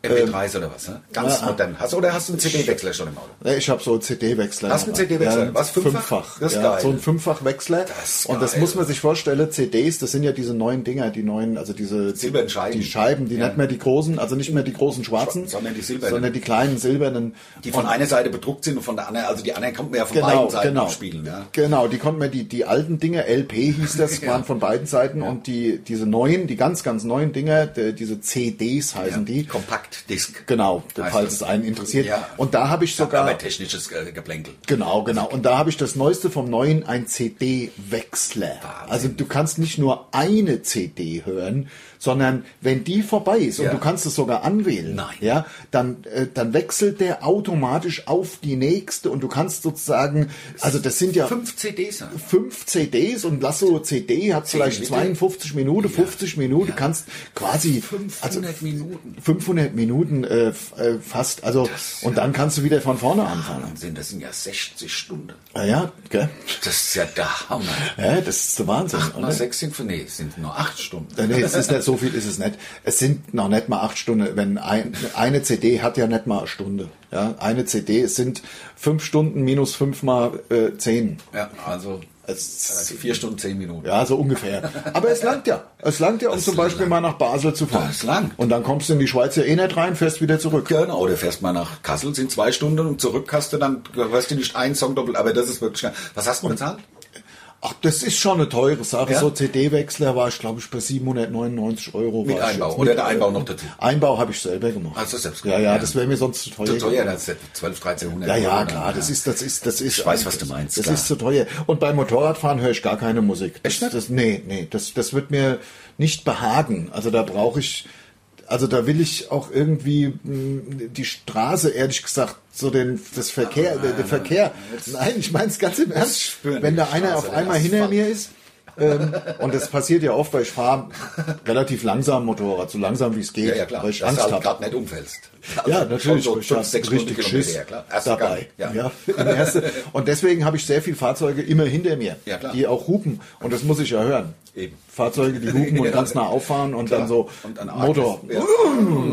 Speaker 1: ähm,
Speaker 2: MP3s oder was? Ne? Ganz modern. Hast, oder hast du einen CD-Wechsler schon im Auto?
Speaker 1: Ja, Ich habe so einen CD-Wechsler.
Speaker 2: Hast du einen
Speaker 1: dabei.
Speaker 2: CD-Wechsler?
Speaker 1: Ja,
Speaker 2: Was, fünffach? Das ist
Speaker 1: ja,
Speaker 2: geil.
Speaker 1: So ein Fünffach-Wechsler.
Speaker 2: Das ist
Speaker 1: Und das
Speaker 2: geil.
Speaker 1: muss man sich vorstellen, CDs, das sind ja diese neuen Dinger, die neuen, also diese
Speaker 2: Silbernen Scheiben.
Speaker 1: Die Scheiben, die nicht mehr die großen, also nicht mehr die großen schwarzen,
Speaker 2: Schwa- sondern die silbernen.
Speaker 1: sondern die kleinen silbernen.
Speaker 2: Die von einer Seite bedruckt sind und von der anderen, also die anderen kommt man ja von
Speaker 1: Genau,
Speaker 2: beiden Seiten
Speaker 1: genau.
Speaker 2: abspielen. Ja?
Speaker 1: Genau, die konnten wir die, die alten Dinger, LP hieß das, waren von beiden Seiten und die, diese neuen, die ganz, ganz neuen Dinger, die, diese CDs heißen die.
Speaker 2: Kompaktdisk.
Speaker 1: Genau,
Speaker 2: Heißt
Speaker 1: falls
Speaker 2: das.
Speaker 1: es einen interessiert.
Speaker 2: Ja.
Speaker 1: Und da habe ich sogar.
Speaker 2: Aber technisches äh, Geplänkel.
Speaker 1: Genau, genau. Und da habe ich das Neueste vom Neuen, ein CD-Wechsler. Also du kannst nicht nur eine CD hören, sondern wenn die vorbei ist
Speaker 2: Ja.
Speaker 1: und du kannst es sogar anwählen,
Speaker 2: Nein.
Speaker 1: ja, dann, äh, dann wechselt der automatisch auf die nächste und du kannst sozusagen, also das sind ja
Speaker 2: Fünf CDs. ne?
Speaker 1: fünf CDs und lass so CD hat vielleicht
Speaker 2: Minuten?
Speaker 1: 52 Minuten, 50 Minuten, kannst quasi
Speaker 2: 500
Speaker 1: also
Speaker 2: Minuten.
Speaker 1: 500 Minuten äh, f- äh, fast, also und dann kannst du wieder von vorne anfangen.
Speaker 2: Wahnsinn, das sind ja 60 Stunden.
Speaker 1: Ah ja, gell?
Speaker 2: Das ist ja der Hammer.
Speaker 1: Ja, das ist der Wahnsinn,
Speaker 2: Nur
Speaker 1: oder?
Speaker 2: sechs sind, nee, es sind nur acht Stunden.
Speaker 1: Nee, es ist nicht so viel, ist es nicht. Es sind noch nicht mal acht Stunden. Wenn ein, eine CD hat ja nicht mal eine Stunde. Ja, eine CD es sind fünf Stunden minus fünf mal äh, zehn.
Speaker 2: Ja, also,
Speaker 1: Es,
Speaker 2: also vier Stunden, zehn Minuten.
Speaker 1: ja, so ungefähr. Aber es langt ja. Es langt ja, um zum Beispiel mal nach Basel zu fahren.
Speaker 2: Das langt.
Speaker 1: Und dann kommst du in die Schweiz ja eh nicht rein, fährst wieder zurück.
Speaker 2: Genau, oder fährst mal nach Kassel, sind zwei Stunden und zurück hast du dann, weißt du nicht, einen Song doppelt, aber das ist wirklich, was hast du bezahlt?
Speaker 1: Ach, das ist schon eine teure Sache.
Speaker 2: Ja?
Speaker 1: So CD-Wechsler war ich, glaube ich, bei 799 Euro.
Speaker 2: Mit
Speaker 1: war ich
Speaker 2: Einbau,
Speaker 1: jetzt
Speaker 2: oder
Speaker 1: mit-
Speaker 2: der Einbau noch dazu.
Speaker 1: Einbau habe ich selber gemacht.
Speaker 2: Hast du selbst
Speaker 1: ja,
Speaker 2: gemacht,
Speaker 1: ja,
Speaker 2: ja.
Speaker 1: das wäre mir sonst zu teuer.
Speaker 2: Zu teuer,
Speaker 1: gewesen.
Speaker 2: das sind 12, 1300.
Speaker 1: Ja, ja,
Speaker 2: Euro,
Speaker 1: klar,
Speaker 2: ne?
Speaker 1: das
Speaker 2: Ja.
Speaker 1: ist, das ist, das ist.
Speaker 2: Ich weiß, was du meinst,
Speaker 1: Das
Speaker 2: klar.
Speaker 1: ist zu teuer. Und beim Motorradfahren höre ich gar keine Musik. Das,
Speaker 2: Echt nicht?
Speaker 1: Das, nee, nee, das, das wird mir nicht behagen. Also da brauche ich, also da will ich auch irgendwie mh, die Straße, ehrlich gesagt, so den, das Verkehr, der, der Verkehr. Nein, ich meine es ganz im Ernst.
Speaker 2: spüren
Speaker 1: Wenn
Speaker 2: die
Speaker 1: da einer
Speaker 2: Straße,
Speaker 1: auf
Speaker 2: der
Speaker 1: einmal hinter
Speaker 2: Asphalt.
Speaker 1: mir ist, ähm, und das passiert ja oft, weil ich fahre relativ langsam Motorrad, so langsam wie es geht,
Speaker 2: Ja, ja, klar.
Speaker 1: weil ich
Speaker 2: dass
Speaker 1: Angst
Speaker 2: du
Speaker 1: habe.
Speaker 2: halt gerade nicht umfällst.
Speaker 1: Ja,
Speaker 2: Also
Speaker 1: natürlich. weil
Speaker 2: Schon so
Speaker 1: ich hab
Speaker 2: fünf, sechs
Speaker 1: richtig
Speaker 2: Stundenkilometer,
Speaker 1: Schiss
Speaker 2: ja, klar. Erster
Speaker 1: dabei.
Speaker 2: Gang,
Speaker 1: ja. im Ersten. Und deswegen habe ich sehr viele Fahrzeuge immer hinter mir,
Speaker 2: Ja, klar.
Speaker 1: die auch hupen. Und das muss ich ja hören.
Speaker 2: Eben.
Speaker 1: Fahrzeuge, die hupen und
Speaker 2: Ja.
Speaker 1: ganz nah auffahren und dann so
Speaker 2: Und dann
Speaker 1: Motor
Speaker 2: atmen.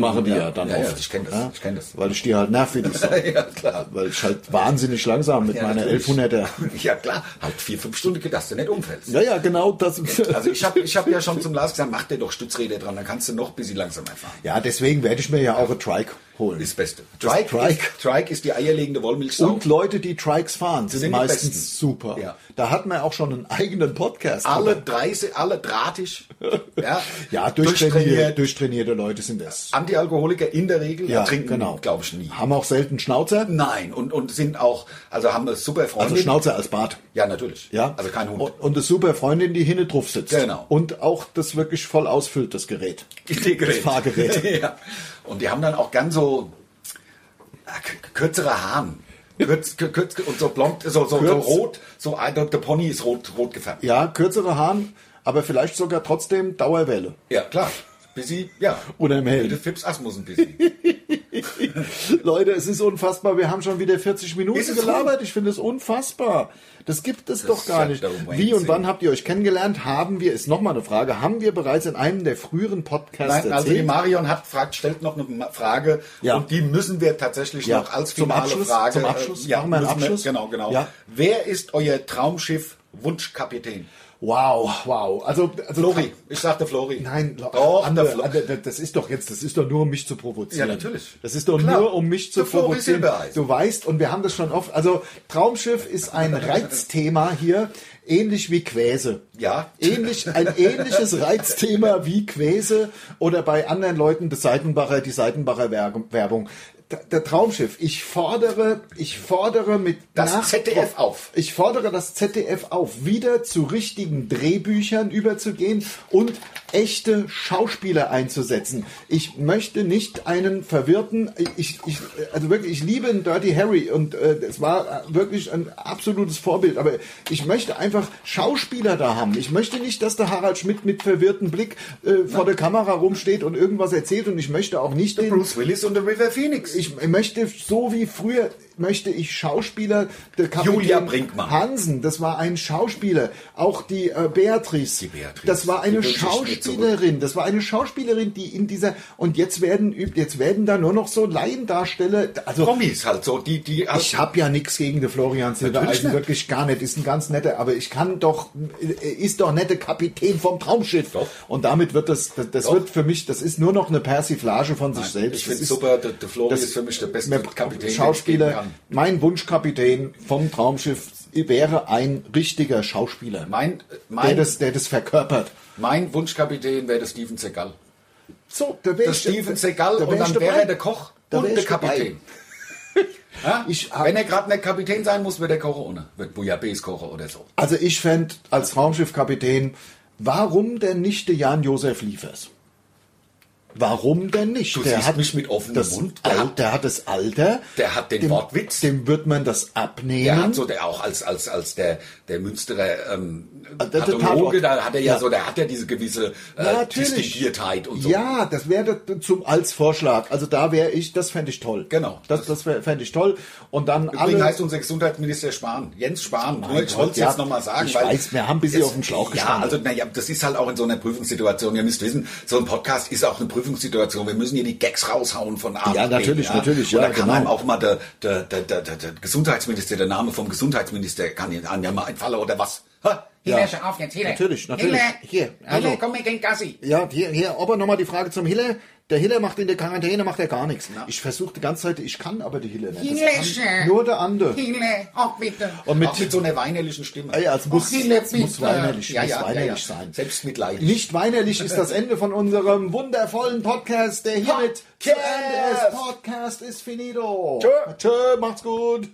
Speaker 1: machen die ja, dann
Speaker 2: Ja, ja,
Speaker 1: oft.
Speaker 2: ich kenn das, ich kenn das.
Speaker 1: Weil ich die halt nerv wie die Sau.
Speaker 2: Ja, klar.
Speaker 1: Weil ich halt wahnsinnig langsam mit
Speaker 2: Ja,
Speaker 1: meiner
Speaker 2: natürlich.
Speaker 1: 1100er.
Speaker 2: Ja, klar. Halt vier, fünf Stunden, dass du nicht umfällst.
Speaker 1: Ja, ja, genau das.
Speaker 2: Also ich habe ich hab ja schon zum Lars gesagt, mach dir doch Stützräder dran, dann kannst du noch ein bisschen langsamer fahren.
Speaker 1: ja, deswegen werde ich mir ja auch ein Trike holen.
Speaker 2: Ist das Beste.
Speaker 1: Das
Speaker 2: Trike,
Speaker 1: Trike.
Speaker 2: Ist, Trike ist die eierlegende Wollmilchsau.
Speaker 1: Und Leute, die Trikes fahren, sind,
Speaker 2: sind die Besten.
Speaker 1: meistens super.
Speaker 2: Ja.
Speaker 1: Da hat man auch schon einen eigenen Podcast.
Speaker 2: alle
Speaker 1: drüber.
Speaker 2: 30, alle drahtig. Ja,
Speaker 1: ja, durchtrainiert, durchtrainierte Leute sind das.
Speaker 2: Antialkoholiker in der Regel
Speaker 1: Ja,
Speaker 2: trinken,
Speaker 1: genau.
Speaker 2: glaube ich, nie.
Speaker 1: Haben auch selten Schnauzer.
Speaker 2: Nein, und, und sind auch, also haben eine super Freundin.
Speaker 1: Also Schnauzer als Bart.
Speaker 2: Ja, natürlich.
Speaker 1: Ja.
Speaker 2: Also kein Hund.
Speaker 1: Und, und eine super Freundin, die hinten drauf sitzt.
Speaker 2: Genau.
Speaker 1: Und auch das wirklich voll ausfüllt, das Gerät.
Speaker 2: Gerät.
Speaker 1: Das Fahrgerät.
Speaker 2: ja. Und die haben dann auch ganz so äh, k- kürzere Haaren. Kürz, kür- kürz, und so blond, so, so, so
Speaker 1: Kürz.
Speaker 2: rot, so ein- der Pony ist rot, rot gefärbt.
Speaker 1: Ja, kürzere Haaren, aber vielleicht sogar trotzdem Dauerwelle.
Speaker 2: Ja, klar. Bissi, ja.
Speaker 1: Oder im Helm.
Speaker 2: Bitte Fips Asmus ein bisschen.
Speaker 1: Leute, es ist unfassbar. Wir haben schon wieder 40 Minuten
Speaker 2: Ist es
Speaker 1: gelabert. Ich finde es unfassbar. Das gibt es doch gar
Speaker 2: ist
Speaker 1: nicht.
Speaker 2: ja der Wahnsinn.
Speaker 1: Wie und wann habt ihr euch kennengelernt? Haben wir, ist nochmal eine Frage, haben wir bereits in einem der früheren Podcasts
Speaker 2: Nein, also die
Speaker 1: erzählt?
Speaker 2: Marion hat fragt, stellt noch eine Ma- Frage
Speaker 1: Ja.
Speaker 2: und die müssen wir tatsächlich
Speaker 1: Ja.
Speaker 2: noch als
Speaker 1: Zum
Speaker 2: finale
Speaker 1: Abschluss-
Speaker 2: Frage.
Speaker 1: zum Abschluss?
Speaker 2: äh, ja,
Speaker 1: Machen wir einen
Speaker 2: müssen
Speaker 1: Abschluss?
Speaker 2: genau, genau.
Speaker 1: Ja.
Speaker 2: Wer ist euer Traumschiff Wunschkapitän?
Speaker 1: wow, wow. Also, also
Speaker 2: Flori, ich sagte Flori.
Speaker 1: Nein,
Speaker 2: doch,
Speaker 1: Ander,
Speaker 2: der Flo
Speaker 1: Ander, das ist doch jetzt, das ist doch nur, um mich zu provozieren.
Speaker 2: Ja, natürlich.
Speaker 1: Das ist doch
Speaker 2: Klar.
Speaker 1: nur, um mich zu
Speaker 2: Der Vogel
Speaker 1: provozieren.
Speaker 2: Silbereisen.
Speaker 1: Du weißt, und wir haben das schon oft, also Traumschiff ist ein Reizthema hier, ähnlich wie Quäse.
Speaker 2: Ja.
Speaker 1: Ähnlich, ein ähnliches Reizthema wie Quäse oder bei anderen Leuten des Seitenbacher, die Seitenbacher Werk- Werbung. D- Der Traumschiff. Ich fordere, ich fordere mit
Speaker 2: Das
Speaker 1: Nachdruck-
Speaker 2: ZDF auf.
Speaker 1: ich fordere das ZDF auf, wieder zu richtigen Drehbüchern überzugehen und echte Schauspieler einzusetzen. Ich möchte nicht einen verwirrten, ich, ich, also wirklich, ich liebe einen Dirty Harry und äh, es war äh, wirklich ein absolutes Vorbild, aber ich möchte einfach Schauspieler da haben. Ich möchte nicht, dass der Harald Schmidt mit verwirrtem Blick äh, vor der Kamera rumsteht und irgendwas erzählt und ich möchte auch nicht den,
Speaker 2: Bruce Willis und der River Phoenix.
Speaker 1: ich möchte, so wie früher, möchte ich Schauspieler, der Kapitän
Speaker 2: Julia Brinkmann.
Speaker 1: Hansen, das war ein Schauspieler. Auch die äh, Beatrice,
Speaker 2: Die Beatrice,
Speaker 1: das war eine
Speaker 2: die wünsche ich mir zurück.
Speaker 1: Schauspielerin, das war eine Schauspielerin, die in dieser, und jetzt werden, üb- jetzt werden da nur noch so Laiendarsteller, also,
Speaker 2: Promis halt so, die, die,
Speaker 1: ich habe ja nichts gegen den Florian Silbereisen, wirklich gar nicht. Ist ein ganz netter, aber ich kann doch, äh, ist doch nette Kapitän vom Traumschiff.
Speaker 2: Doch.
Speaker 1: Und damit wird das, das, das
Speaker 2: Doch.
Speaker 1: wird für mich, das ist nur noch eine Persiflage von sich selbst.
Speaker 2: ich finde
Speaker 1: Das ist-
Speaker 2: super, der, der Flori
Speaker 1: das-
Speaker 2: ist für mich der beste
Speaker 1: mehr
Speaker 2: Kapitän. den ich geben
Speaker 1: Schauspieler.
Speaker 2: kann.
Speaker 1: Mein Wunschkapitän vom Traumschiff wäre ein richtiger Schauspieler,
Speaker 2: Mein,
Speaker 1: der,
Speaker 2: mein,
Speaker 1: das, der das verkörpert.
Speaker 2: mein Wunschkapitän wäre der Steven Seagal.
Speaker 1: So, da wäre
Speaker 2: Der Steven Seagal und dann wäre er der Koch
Speaker 1: Da wär
Speaker 2: und der
Speaker 1: ich dabei.
Speaker 2: Kapitän. Ja?
Speaker 1: Ich hab-
Speaker 2: Wenn er gerade nicht Kapitän sein muss, wird er Kocher ohne. Wird Bouillabaisse Kocher oder so.
Speaker 1: Also ich fände als Traumschiffkapitän, warum denn nicht der Jan-Josef Liefers? Warum denn nicht?
Speaker 2: Du siehst mich mit offenem
Speaker 1: das
Speaker 2: Mund. Der
Speaker 1: Al
Speaker 2: hat-
Speaker 1: der hat das Alter.
Speaker 2: der hat den
Speaker 1: dem,
Speaker 2: Wortwitz.
Speaker 1: Dem wird man das abnehmen.
Speaker 2: Der hat so, der auch als, als, als der, der Münsterer ähm,
Speaker 1: Also der- der
Speaker 2: Pathologe,
Speaker 1: Tatort.
Speaker 2: da hat er ja,
Speaker 1: Ja.
Speaker 2: so, der hat ja diese gewisse äh, Distinguiertheit und so.
Speaker 1: Ja, das wäre d- zum als Vorschlag. Also da wäre ich, das fände ich toll.
Speaker 2: Genau.
Speaker 1: Das, das fände ich toll. Und dann
Speaker 2: Übrigens
Speaker 1: alle.
Speaker 2: heißt unser Gesundheitsminister Spahn, Jens Spahn. Nur ich
Speaker 1: Gott,
Speaker 2: wollte es
Speaker 1: ja.
Speaker 2: jetzt nochmal sagen.
Speaker 1: Ich
Speaker 2: weil
Speaker 1: weiß, wir haben ein bisschen
Speaker 2: es-
Speaker 1: auf den Schlauch
Speaker 2: Ja,
Speaker 1: gestanden.
Speaker 2: also naja, das ist halt auch in so einer Prüfungssituation. Ihr müsst wissen, so ein Podcast ist auch eine Prüfungssituation. Wir müssen hier die Gags raushauen von A.
Speaker 1: Ja,
Speaker 2: nach B,
Speaker 1: natürlich, natürlich,
Speaker 2: Und
Speaker 1: ja,
Speaker 2: da kann
Speaker 1: genau.
Speaker 2: einem auch mal der, der, der, der, der, der Gesundheitsminister, der Name vom Gesundheitsminister, kann ihn an ja mal einfallen oder was. Ha?
Speaker 4: Hille,
Speaker 1: Ja.
Speaker 4: schau auf jetzt, Hille.
Speaker 1: Natürlich, natürlich.
Speaker 4: Hille,
Speaker 1: Hier, also.
Speaker 4: Hille komm mit den Gassi.
Speaker 1: Ja, hier, hier, aber nochmal die Frage zum Hiller. Der Hiller macht in der Quarantäne macht er gar nichts. Ich versuche die ganze Zeit, ich kann aber die Hiller nicht. Das
Speaker 4: Hille,
Speaker 1: kann nur der andere.
Speaker 4: Hille, auch bitte.
Speaker 1: Und Ah
Speaker 2: auch mit so einer weinerlichen Stimme.
Speaker 1: Ja, ja, es muss,
Speaker 4: Ach, Oh, Hille,
Speaker 1: es muss
Speaker 4: bitte.
Speaker 1: weinerlich,
Speaker 2: Ja,
Speaker 1: muss
Speaker 2: ja, ja,
Speaker 1: weinerlich
Speaker 2: ja.
Speaker 1: sein.
Speaker 2: Selbstmitleidig.
Speaker 1: Nicht weinerlich ist das Ende von unserem wundervollen Podcast, der hiermit
Speaker 2: Podcast!
Speaker 1: zu Ende ist. Podcast ist finito.
Speaker 2: Tschö.
Speaker 1: Tschö macht's gut.